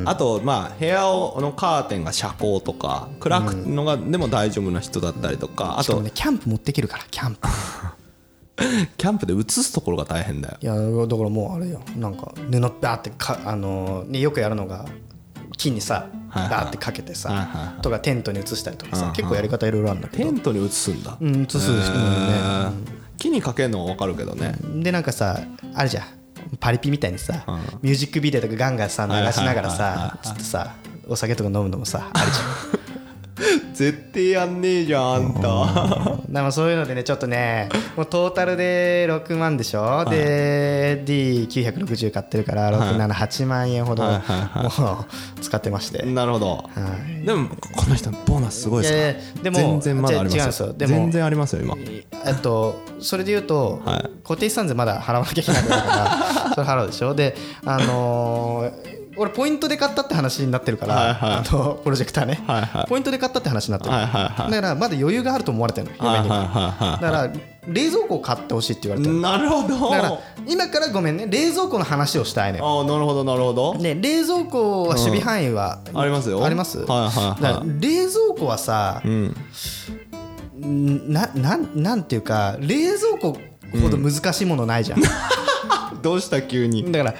[SPEAKER 2] あとまあ部屋をのカーテンが遮光とか暗くのがでも大丈夫な人だったりとか、あ
[SPEAKER 1] しか
[SPEAKER 2] と
[SPEAKER 1] もねキャンプ持ってけるからキャンプ
[SPEAKER 2] キャンプで映すところが大変だよ
[SPEAKER 1] いやだからもうあれよなんか布バーってか、あのーね、よくやるのが木にさ
[SPEAKER 2] はいはい
[SPEAKER 1] バーってかけて
[SPEAKER 2] はいはい
[SPEAKER 1] さ
[SPEAKER 2] は
[SPEAKER 1] とかテントに移したりとかさ結構やり方いろいろあるんだけ
[SPEAKER 2] テ
[SPEAKER 1] ど
[SPEAKER 2] ントに映すんだ、
[SPEAKER 1] うん映す人もいるね
[SPEAKER 2] うん木にかけるのは分かるけどね、
[SPEAKER 1] でなんかさあるじゃんパリピみたいにさ、
[SPEAKER 2] ん
[SPEAKER 1] ミュージックビデオとかガンガンさ流
[SPEAKER 2] はいはいはいは
[SPEAKER 1] し
[SPEAKER 2] い
[SPEAKER 1] ながらさちょっとさお酒とか飲むのもさある じ
[SPEAKER 2] 絶対やんねえじゃんあんた
[SPEAKER 1] ゃんだからそういうのでねちょっとねもうトータルで6万でしょ、で D960 買ってるから678万円ほども
[SPEAKER 2] はいはいは
[SPEAKER 1] う使ってまして、
[SPEAKER 2] なるほど、でもこの人ボーナスすごいですか
[SPEAKER 1] いや
[SPEAKER 2] ら
[SPEAKER 1] いやでも
[SPEAKER 2] 全然まだあり
[SPEAKER 1] 違う違うん
[SPEAKER 2] ま
[SPEAKER 1] です
[SPEAKER 2] すよ
[SPEAKER 1] よでも
[SPEAKER 2] 全然ありますよ今
[SPEAKER 1] えっとそれで言うと、
[SPEAKER 2] はい
[SPEAKER 1] 固定資産税まだ払わなきゃいけないから それ払うでしょであのー俺ポイントで買ったって話になってるから、
[SPEAKER 2] はいはい
[SPEAKER 1] あのプロジェクターね、
[SPEAKER 2] はいはい
[SPEAKER 1] ポイントで買ったって話になってる、
[SPEAKER 2] はいはいはい
[SPEAKER 1] だからまだ余裕があると思われてるの
[SPEAKER 2] はい
[SPEAKER 1] 嫁
[SPEAKER 2] はい
[SPEAKER 1] には
[SPEAKER 2] はい
[SPEAKER 1] だ
[SPEAKER 2] は
[SPEAKER 1] から冷蔵庫を買ってほしいって言われて
[SPEAKER 2] い
[SPEAKER 1] る
[SPEAKER 2] なるほど
[SPEAKER 1] だから今からごめんね冷蔵庫の話をしたいのよ
[SPEAKER 2] ああなるほどなるほど
[SPEAKER 1] ね、冷蔵庫は守備範囲は、
[SPEAKER 2] んありますよ
[SPEAKER 1] あります、
[SPEAKER 2] はいはいはい
[SPEAKER 1] だから冷蔵庫はさ、
[SPEAKER 2] ん
[SPEAKER 1] ななんなんていうか冷蔵庫ほど難しいものないじゃん、
[SPEAKER 2] どうした急 に
[SPEAKER 1] だから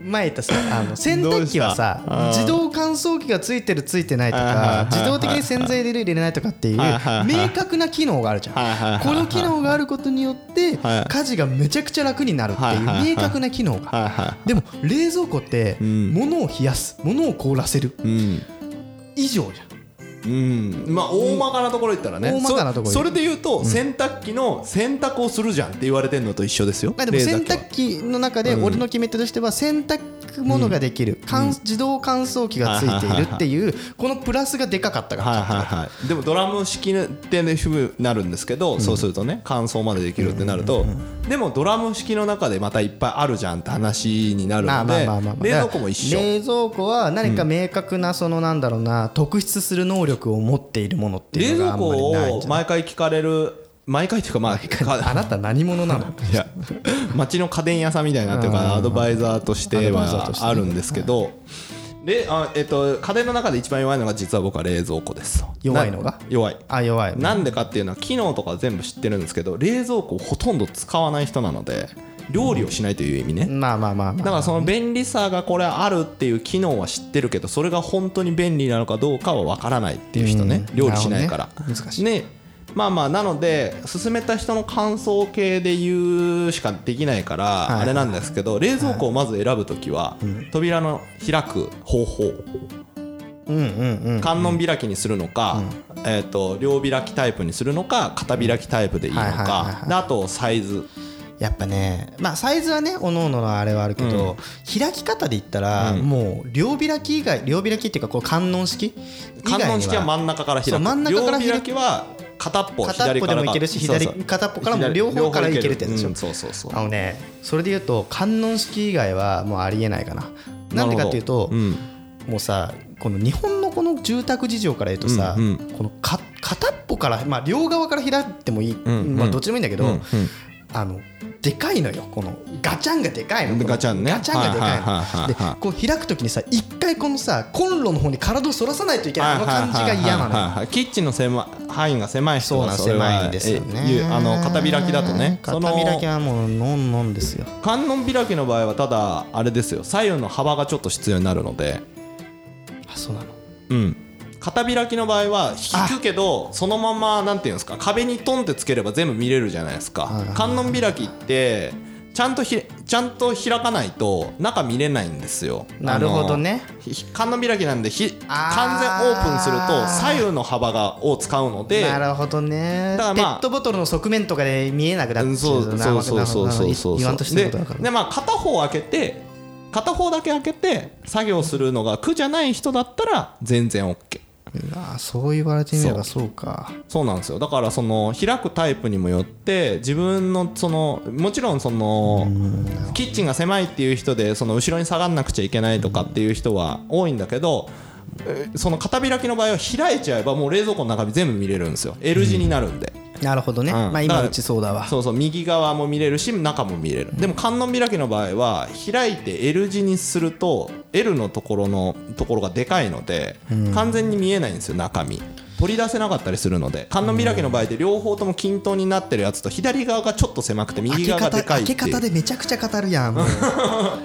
[SPEAKER 1] 前言ったさあの洗濯機は
[SPEAKER 2] どう
[SPEAKER 1] さ
[SPEAKER 2] した
[SPEAKER 1] 自動乾燥機がついてるついてないと
[SPEAKER 2] はいはいはいはい
[SPEAKER 1] か自動的に洗剤入れる入れないとかっていう
[SPEAKER 2] はいはいはい
[SPEAKER 1] 明確な機能があるじ
[SPEAKER 2] はいはいは
[SPEAKER 1] ゃ
[SPEAKER 2] いは
[SPEAKER 1] ん
[SPEAKER 2] い
[SPEAKER 1] この機能があることによって
[SPEAKER 2] はい
[SPEAKER 1] 家事がめちゃくちゃ楽になるって
[SPEAKER 2] はいはいはいいう
[SPEAKER 1] 明確な機能
[SPEAKER 2] はい
[SPEAKER 1] が
[SPEAKER 2] は
[SPEAKER 1] でも冷蔵庫って
[SPEAKER 2] ん
[SPEAKER 1] 物を冷やす物を凍らせる
[SPEAKER 2] いうん
[SPEAKER 1] 以上じゃん
[SPEAKER 2] うんまあ大まかなところ言ったらね
[SPEAKER 1] 大まかなところ
[SPEAKER 2] そそれで言うと洗濯機の洗濯をするじゃんって言われてるのと一緒ですよ
[SPEAKER 1] あでも洗
[SPEAKER 2] 冷蔵庫は
[SPEAKER 1] 濯機の中で俺の決め手としては洗濯くものができる、乾自動乾燥機がついているっていうこのプラスがでかかったから、
[SPEAKER 2] はいはいはい、でもドラム式でね主婦になるんですけど、そうするとね乾燥までできるってなると、でもドラム式の中でまたいっぱいあるじゃんって話になる
[SPEAKER 1] まあ
[SPEAKER 2] の
[SPEAKER 1] まあ
[SPEAKER 2] で
[SPEAKER 1] まあまあまあ
[SPEAKER 2] 冷蔵庫も一緒
[SPEAKER 1] 冷蔵庫は何か明確なそのなんだろうな特筆する能力を持っているものってい
[SPEAKER 2] 冷
[SPEAKER 1] うのがあん
[SPEAKER 2] 蔵庫
[SPEAKER 1] まりないん
[SPEAKER 2] を
[SPEAKER 1] じゃない
[SPEAKER 2] 毎回聞かれる毎回っていうかまあ
[SPEAKER 1] あなた何者なの
[SPEAKER 2] いや町の家電屋さんみたいになってるからアドバイザーとして
[SPEAKER 1] アドバイザーと
[SPEAKER 2] は
[SPEAKER 1] してね
[SPEAKER 2] あるんですけど、であえっと、家電の中で一番弱いのが実は僕は冷蔵庫です
[SPEAKER 1] 弱いのが
[SPEAKER 2] な弱い
[SPEAKER 1] あ弱い
[SPEAKER 2] なんでかっていうのは機能とか全部知ってるんですけど冷蔵庫をほとんど使わない人なので料理をしないという意味ね、
[SPEAKER 1] まあまあまあ
[SPEAKER 2] だ
[SPEAKER 1] ま
[SPEAKER 2] か
[SPEAKER 1] あ
[SPEAKER 2] らその便利さがこれあるっていう機能は知ってるけどそれが本当に便利なのかどうかは分からないっていう人ね、
[SPEAKER 1] うん
[SPEAKER 2] 料理しないから
[SPEAKER 1] なるほどね難しい
[SPEAKER 2] ねまあまあなので勧めた人の感想系で言うしかできないから
[SPEAKER 1] い
[SPEAKER 2] あれなんですけど冷蔵庫をまず選ぶ時は扉の開く方法
[SPEAKER 1] うんうんうん
[SPEAKER 2] 観音開きにするのか、えー、と両開きタイプにするのか片開きタイプでいいの
[SPEAKER 1] はいはいはい
[SPEAKER 2] か
[SPEAKER 1] はい
[SPEAKER 2] であとサイズ
[SPEAKER 1] やっぱねまあサイズはねおのおののあれはあるけど、開き方で言ったら、もう両開き以外両開きっていうかこう観音式以外に
[SPEAKER 2] 観音式は真ん中から開
[SPEAKER 1] そう
[SPEAKER 2] く
[SPEAKER 1] 真ん中から開く
[SPEAKER 2] 両開きは片っぽ
[SPEAKER 1] 片っ
[SPEAKER 2] 左
[SPEAKER 1] ぽ
[SPEAKER 2] か
[SPEAKER 1] で
[SPEAKER 2] ら
[SPEAKER 1] もいけるし左
[SPEAKER 2] そうそう
[SPEAKER 1] 片っぽからも両方からいけるってやつでしょ
[SPEAKER 2] うんそうそうそう
[SPEAKER 1] あのねそれで言うと観音式以外はもうありえないかななんでかっていうと、
[SPEAKER 2] なるほどうん
[SPEAKER 1] もうさこの日本のこの住宅事情から言うとさ、
[SPEAKER 2] うんうん
[SPEAKER 1] このか片っぽから、まあ、両側から開いてもいい、
[SPEAKER 2] んうん
[SPEAKER 1] まあ、どっちでもいいんだけど、
[SPEAKER 2] うんうん
[SPEAKER 1] あのでかいのよこのガチャンがでかいのこの
[SPEAKER 2] ガチャンね
[SPEAKER 1] ガチャンがで
[SPEAKER 2] はいはいはいはい
[SPEAKER 1] かいの
[SPEAKER 2] は
[SPEAKER 1] でこう開くときにさ一回このさコンロの方に体を反らさないといけないあの感じが嫌な
[SPEAKER 2] はいはい
[SPEAKER 1] のよ
[SPEAKER 2] はいはいキッチンの狭い範囲が狭い人
[SPEAKER 1] そう
[SPEAKER 2] は
[SPEAKER 1] なん
[SPEAKER 2] れは
[SPEAKER 1] 狭いんですよね
[SPEAKER 2] えいうあの片開きだとね
[SPEAKER 1] 片開きはもうのんのんですよ
[SPEAKER 2] その観音開きの場合はただあれですよ左右の幅がちょっと必要になるので
[SPEAKER 1] あそうなの
[SPEAKER 2] うん片開きの場合は引くけどそのままなんていうんですか壁にトンってつければ全部見れるじゃないです
[SPEAKER 1] はいはいは
[SPEAKER 2] か
[SPEAKER 1] い
[SPEAKER 2] 観音開きってちゃんとひちゃんと開かないと中見れないんですよ
[SPEAKER 1] なるほどね
[SPEAKER 2] あのひ観音開きなんでひ
[SPEAKER 1] あー
[SPEAKER 2] 完全オープンすると左右の幅がを使うので
[SPEAKER 1] なるほどね、
[SPEAKER 2] だから
[SPEAKER 1] ペ
[SPEAKER 2] まあ
[SPEAKER 1] ットボトルの側面とかで見えなくなっちゃ
[SPEAKER 2] うん
[SPEAKER 1] う
[SPEAKER 2] そうそうそうそうそうそう
[SPEAKER 1] 言わんとしてるこ
[SPEAKER 2] で
[SPEAKER 1] とだから
[SPEAKER 2] でまあ片方開けて片方だけ開けて作業するのが苦じゃない人だったら全然 OK
[SPEAKER 1] ああそう言われてみればそうか
[SPEAKER 2] そうなんですよだからその開くタイプにもよって自分のそのもちろんそのキッチンが狭いっていう人でその後ろに下がんなくちゃいけないとかっていう人は多いんだけどえその片開きの場合は開いちゃえばもう冷蔵庫の中身全部見れるんですよ L 字になるんで、
[SPEAKER 1] なるほどね、
[SPEAKER 2] うん
[SPEAKER 1] まあ
[SPEAKER 2] だ
[SPEAKER 1] 今
[SPEAKER 2] から
[SPEAKER 1] うちそうだわ
[SPEAKER 2] そうそう右側も見れるし中も見れるでも観音開きの場合は開いて L 字にすると L のところのところがでかいので完全に見えないんですよ中身取り出せなかったりするので観音開きの場合で両方とも均等になってるやつと左側がちょっと狭くて
[SPEAKER 1] 開
[SPEAKER 2] 右
[SPEAKER 1] け
[SPEAKER 2] 側が
[SPEAKER 1] 方
[SPEAKER 2] でかい
[SPEAKER 1] 開
[SPEAKER 2] ってい
[SPEAKER 1] け
[SPEAKER 2] う
[SPEAKER 1] 方でめちゃくちゃ語るやんもう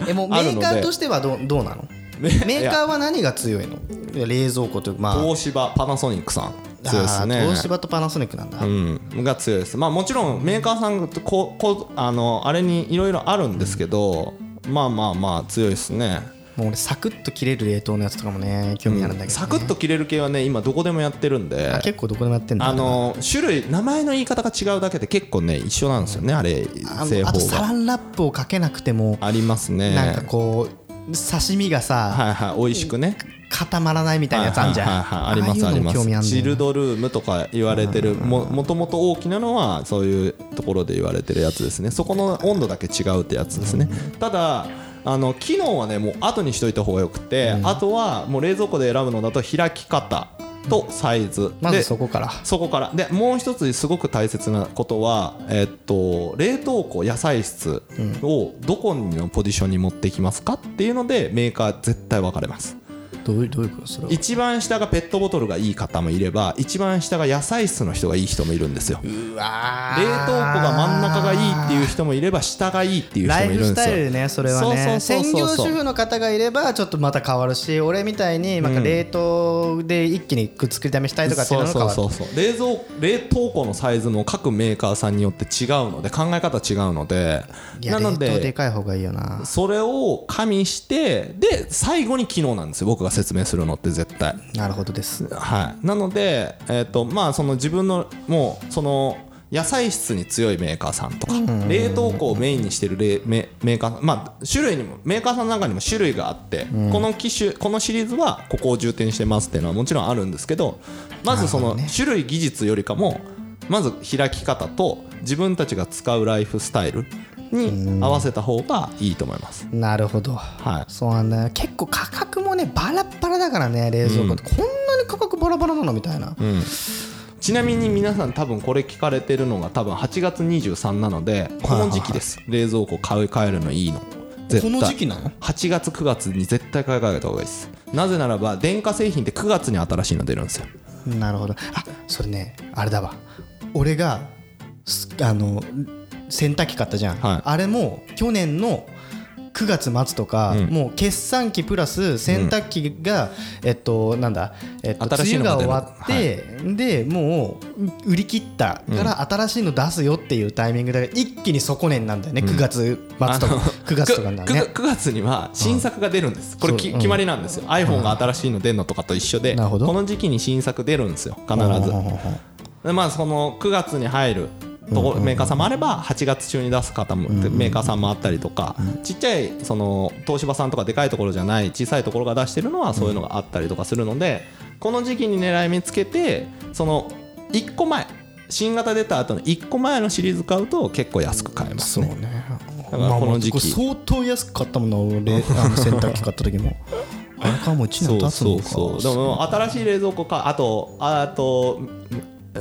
[SPEAKER 1] えもうメ
[SPEAKER 2] あるので
[SPEAKER 1] ーカーとしてはどうどうなのメーカーは何が強いのいや冷蔵庫というかまあ
[SPEAKER 2] 東芝パナソニックさんそうです
[SPEAKER 1] あ
[SPEAKER 2] ね
[SPEAKER 1] ー東芝とパナソニックなんだ、
[SPEAKER 2] うん、が強いです、まあ、もちろんメーカーさんがここあのあれにいろいろあるんですけど、まあまあまあ強いですね
[SPEAKER 1] もう俺サクッと切れる冷凍のやつとかもね興味あるんだけど、ね
[SPEAKER 2] サクッと切れる系はね今どこでもやってるんで
[SPEAKER 1] あ結構どこでもやってんだ
[SPEAKER 2] あの種類名前の言い方が違うだけで結構ね一緒なんですよねあれ
[SPEAKER 1] あ
[SPEAKER 2] 製
[SPEAKER 1] のあと
[SPEAKER 2] 法
[SPEAKER 1] サラ
[SPEAKER 2] が
[SPEAKER 1] ンラップをかけなくても
[SPEAKER 2] ありますね
[SPEAKER 1] なんかこう刺身がさ、
[SPEAKER 2] はいはい美味しくね
[SPEAKER 1] 固まらないみたいなやつあんじゃん、
[SPEAKER 2] はいはいはいはいあります
[SPEAKER 1] ああ
[SPEAKER 2] あ
[SPEAKER 1] い
[SPEAKER 2] り
[SPEAKER 1] うの
[SPEAKER 2] ま
[SPEAKER 1] も興味あん
[SPEAKER 2] す
[SPEAKER 1] だよ
[SPEAKER 2] チ
[SPEAKER 1] ね
[SPEAKER 2] ルドルームとか言われてるももともと大きなのはそういうところで言われてるやつですねそこの温度だけ違うってやつですねただあの機能はねもう後にしといた方がよくてあとはもう冷蔵庫で選ぶのだと開き方とサイズ
[SPEAKER 1] まず
[SPEAKER 2] で
[SPEAKER 1] そこから
[SPEAKER 2] そこからでもう一つすごく大切なことは、えっと冷凍庫野菜室をどこのポジションに持ってきますかっていうのでメーカー絶対分かれます
[SPEAKER 1] どういうどういうことそれは
[SPEAKER 2] 一番下がペットボトルがいい方もいれば一番下が野菜室の人がいい人もいるんですよ冷凍
[SPEAKER 1] うわ
[SPEAKER 2] 庫が真ん中がいいっていう人もいれば下がいいっていう
[SPEAKER 1] ラ
[SPEAKER 2] 人
[SPEAKER 1] イ
[SPEAKER 2] もい
[SPEAKER 1] フ
[SPEAKER 2] る
[SPEAKER 1] ス
[SPEAKER 2] んです
[SPEAKER 1] タ
[SPEAKER 2] よ
[SPEAKER 1] イルでねそれはね
[SPEAKER 2] そうそう
[SPEAKER 1] 専
[SPEAKER 2] そう
[SPEAKER 1] 業
[SPEAKER 2] そうそう
[SPEAKER 1] 主婦の方がいればちょっとまた変わるし俺みたいになんか冷凍で一気にくっつくりだめしたいとかっていう
[SPEAKER 2] そう
[SPEAKER 1] のが変
[SPEAKER 2] そう
[SPEAKER 1] わる
[SPEAKER 2] そうそう冷蔵冷凍庫のサイズも各メーカーさんによって違うので考え方違うので
[SPEAKER 1] いや
[SPEAKER 2] なの
[SPEAKER 1] 冷凍
[SPEAKER 2] で
[SPEAKER 1] でかい方がいいよな
[SPEAKER 2] それを加味してで最後に機能なんですよ僕が説明するのって絶対
[SPEAKER 1] なるほどです
[SPEAKER 2] はいなのでえっ、とまあその自分のもうその野菜室に強いメーカーさんとか冷凍庫をメインにしてるレメメーカーさんまあ種類にもメーカーさんの中にも種類があってこの機種このシリーズはここを重点してますっていうのはもちろんあるんですけどまずその種類技術よりかもまず開き方と自分たちが使うライフスタイルに合わせた方がいいと思います。
[SPEAKER 1] なるほど、
[SPEAKER 2] はい
[SPEAKER 1] そうなんだよ結構価格もねバラッバラだからね冷蔵庫って、こんなに価格バラバラなのみたいな、
[SPEAKER 2] ちなみに皆さん多分これ聞かれてるのが多分8月23なのでこの時期です冷蔵庫買い替えるのいいの絶対
[SPEAKER 1] この時期なの
[SPEAKER 2] ?8 月9月に絶対買い替えた方がいいですなぜならば電化製品って9月に新しいの出るんですよ
[SPEAKER 1] なるほどあそれねあれだわ俺がすあの洗濯機買ったじゃん、
[SPEAKER 2] はい
[SPEAKER 1] あれも去年の9月末とか、もう決算期プラス洗濯機が、えっとなんだ、えっと、梅
[SPEAKER 2] 新しい
[SPEAKER 1] 雨
[SPEAKER 2] の
[SPEAKER 1] が
[SPEAKER 2] が
[SPEAKER 1] 終
[SPEAKER 2] 出る
[SPEAKER 1] わって、でもうう売り切ったから新しいの出すよっていうタイミングで一気に底値になるんだよね、9月末とか
[SPEAKER 2] あの
[SPEAKER 1] 9月とかになるね
[SPEAKER 2] くく9月には新作が出るんです、これき、
[SPEAKER 1] そううん
[SPEAKER 2] 決まりなんですよ iPhone が新しいの出るのとかと一緒で
[SPEAKER 1] なる
[SPEAKER 2] こ
[SPEAKER 1] ほど
[SPEAKER 2] の時期に新作出るんですよ必ず
[SPEAKER 1] ほうほうほう
[SPEAKER 2] でまあその9月に入るとこメーカーさんもあれば8月中に出す方もメーカーさんもあったりとかちっちゃいその東芝さんとかでかいところじゃない小さいところが出してるのはそういうのがあったりとかするのでこの時期に狙い見つけてその1個前新型出た後の1個前のシリーズ買うと結構安く買えます
[SPEAKER 1] そう
[SPEAKER 2] ね
[SPEAKER 1] ね
[SPEAKER 2] だからこの時期
[SPEAKER 1] まあまあれ相当安く買ったもんな 俺あの洗濯機買った時もあれからもう1
[SPEAKER 2] そ
[SPEAKER 1] 年経
[SPEAKER 2] う
[SPEAKER 1] つの
[SPEAKER 2] そ
[SPEAKER 1] か
[SPEAKER 2] うそうでも新しい冷蔵庫かあとああと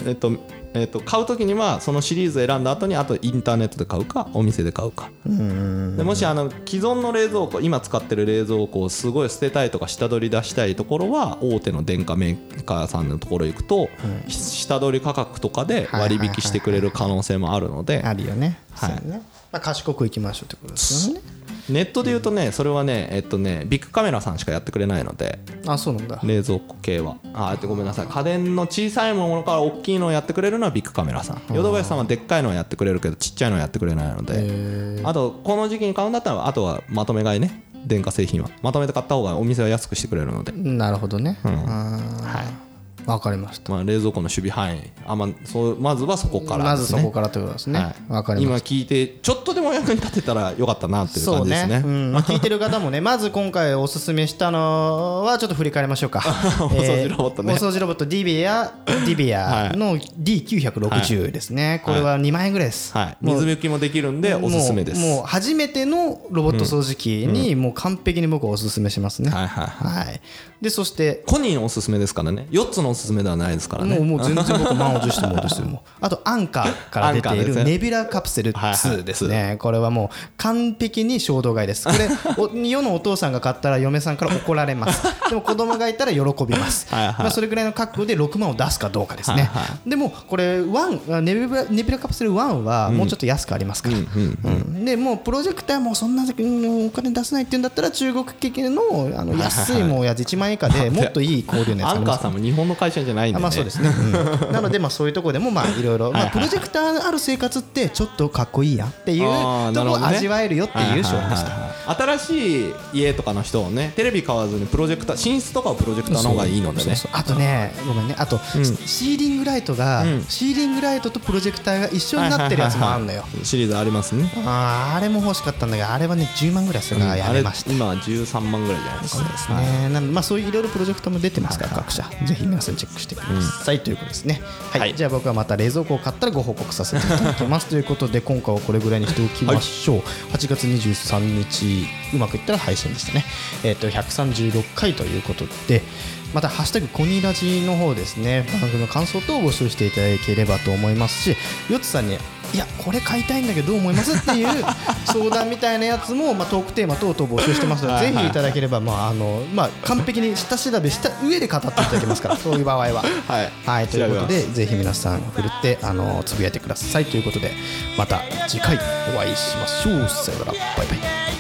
[SPEAKER 2] えっとえっと、買う時にはそのシリーズ選んだ後にあとインターネットで買うかお店で買うかでもしあの既存の冷蔵庫今使ってる冷蔵庫をすごい捨てたいとか下取り出したいところは大手の電化メーカーさんのところ行くと、下取り価格とかで割引してくれる可能性もあるので、
[SPEAKER 1] あるよね
[SPEAKER 2] はい
[SPEAKER 1] そうねまあ、賢くいきましょうってことですよね
[SPEAKER 2] ネットで言うとねそれはねえっとねビッグカメラさんしかやってくれないので
[SPEAKER 1] あそうなんだ
[SPEAKER 2] 冷蔵庫系はあーごめんなさい家電の小さいものから大きいのをやってくれるのはビッグカメラさんヨドバシさんはでっかいのはやってくれるけどちっちゃいのはやってくれないのであとこの時期に買うんだったらあとはまとめ買いね電化製品はまとめて買った方がお店は安くしてくれるので、
[SPEAKER 1] なるほどねはいわかりました
[SPEAKER 2] まあ、冷蔵庫の守備範囲あ、まあそうまずはそこから
[SPEAKER 1] ま
[SPEAKER 2] で
[SPEAKER 1] ず
[SPEAKER 2] す
[SPEAKER 1] そ
[SPEAKER 2] ね
[SPEAKER 1] こからということですねわ、
[SPEAKER 2] はい
[SPEAKER 1] かり
[SPEAKER 2] 今
[SPEAKER 1] ました
[SPEAKER 2] 聞いてちょっとでも役に立てたらよかったなっていう
[SPEAKER 1] そ
[SPEAKER 2] 感
[SPEAKER 1] う
[SPEAKER 2] じで
[SPEAKER 1] ね
[SPEAKER 2] すね
[SPEAKER 1] うんまあ、聞いてる方もね まず今回おすすめしたのはちょっと振り返りましょ うかお
[SPEAKER 2] 掃除ロボットね
[SPEAKER 1] お掃除ロボットディビアディ ビアの D960 ですね、これは2万円ぐらいです、
[SPEAKER 2] はい、
[SPEAKER 1] もう
[SPEAKER 2] 水拭きもできるんでおすすめです
[SPEAKER 1] もうもう初めてのロボット掃除機にもう完璧に僕はおすすめしますね、
[SPEAKER 2] はいはいは
[SPEAKER 1] はいでそして
[SPEAKER 2] コニーのおすすめですからね4つのおすすめではないですからね
[SPEAKER 1] もうもう全然僕満を持してもうとしてるもう あとアンカーから出て
[SPEAKER 2] アンカー
[SPEAKER 1] い
[SPEAKER 2] です
[SPEAKER 1] る
[SPEAKER 2] ね
[SPEAKER 1] ネビュラカプセル2ですね、これはもう完璧に衝動買いですこれ お世のお父さんが買ったら嫁さんから怒られますでも子供がいたら喜びます
[SPEAKER 2] はいはい
[SPEAKER 1] まあ、それぐらいの覚悟で6万を出すかどうかですね、でもこれワンあネビュラネビュラカプセル1はもうちょっと安くありますから、うんでもうプロジェクターもそんなうんお金出せないっていうんだったら中国系のあの安いもうやつ1万円以下でもっといい交流のやつあ
[SPEAKER 2] ア
[SPEAKER 1] り
[SPEAKER 2] ン
[SPEAKER 1] ま
[SPEAKER 2] カ
[SPEAKER 1] す
[SPEAKER 2] ーさんも日本の会社じゃないんで、
[SPEAKER 1] あ
[SPEAKER 2] ね、
[SPEAKER 1] まあそうですね、うん なのでまあそういうところでもまあいろいろまあプロジェクターある生活ってちょっとかっこいいやっていう
[SPEAKER 2] あー
[SPEAKER 1] と
[SPEAKER 2] な
[SPEAKER 1] こ
[SPEAKER 2] るほど
[SPEAKER 1] を
[SPEAKER 2] ね
[SPEAKER 1] 味わえるよっていう商品でし
[SPEAKER 2] はいはい
[SPEAKER 1] た。
[SPEAKER 2] はいはい新しい家とかの人をねテレビ買わずにプロジェクター寝室とかをプロジェクターの方がいいので
[SPEAKER 1] そう
[SPEAKER 2] ね
[SPEAKER 1] そうあとね、ごめんね、あと、シーリングライトが、シーリングライトとプロジェクターが一緒になってるやつもあんのよ。
[SPEAKER 2] シリーズありますね
[SPEAKER 1] あーあれも欲しかったんだけど、あれはね、10万ぐらいするからやめました。
[SPEAKER 2] あれ今は13万ぐらいじゃないですかね
[SPEAKER 1] ですね。なんでまあそういういろいろプロジェクトも出てますから各社ぜひ皆さんチェックしてくださいということですね。は。
[SPEAKER 2] はいい
[SPEAKER 1] じゃあ僕はまた冷蔵庫を買ったらご報告させていただき ますということで今回はこれぐらいにしておきましょう。8月23日うまくいったら配信でしたね。えっと136回ということで。また、ハッシュタグコニーラジの方ですね、番組の感想等を募集していただければと思いますし、ヨッツさんに、いや、これ買いたいんだけどどう思いますっていう相談みたいなやつも、まあ、トークテーマ等々募集してますので、ぜひいただければ、まああのまあ、完璧に下調べした上で語っていただけます から、そういう場合は。
[SPEAKER 2] はい
[SPEAKER 1] ということで、ぜひ皆さん、振るってあのつぶやいてくださいということで、また次回お会いしましょう。さよなら、バイバイ。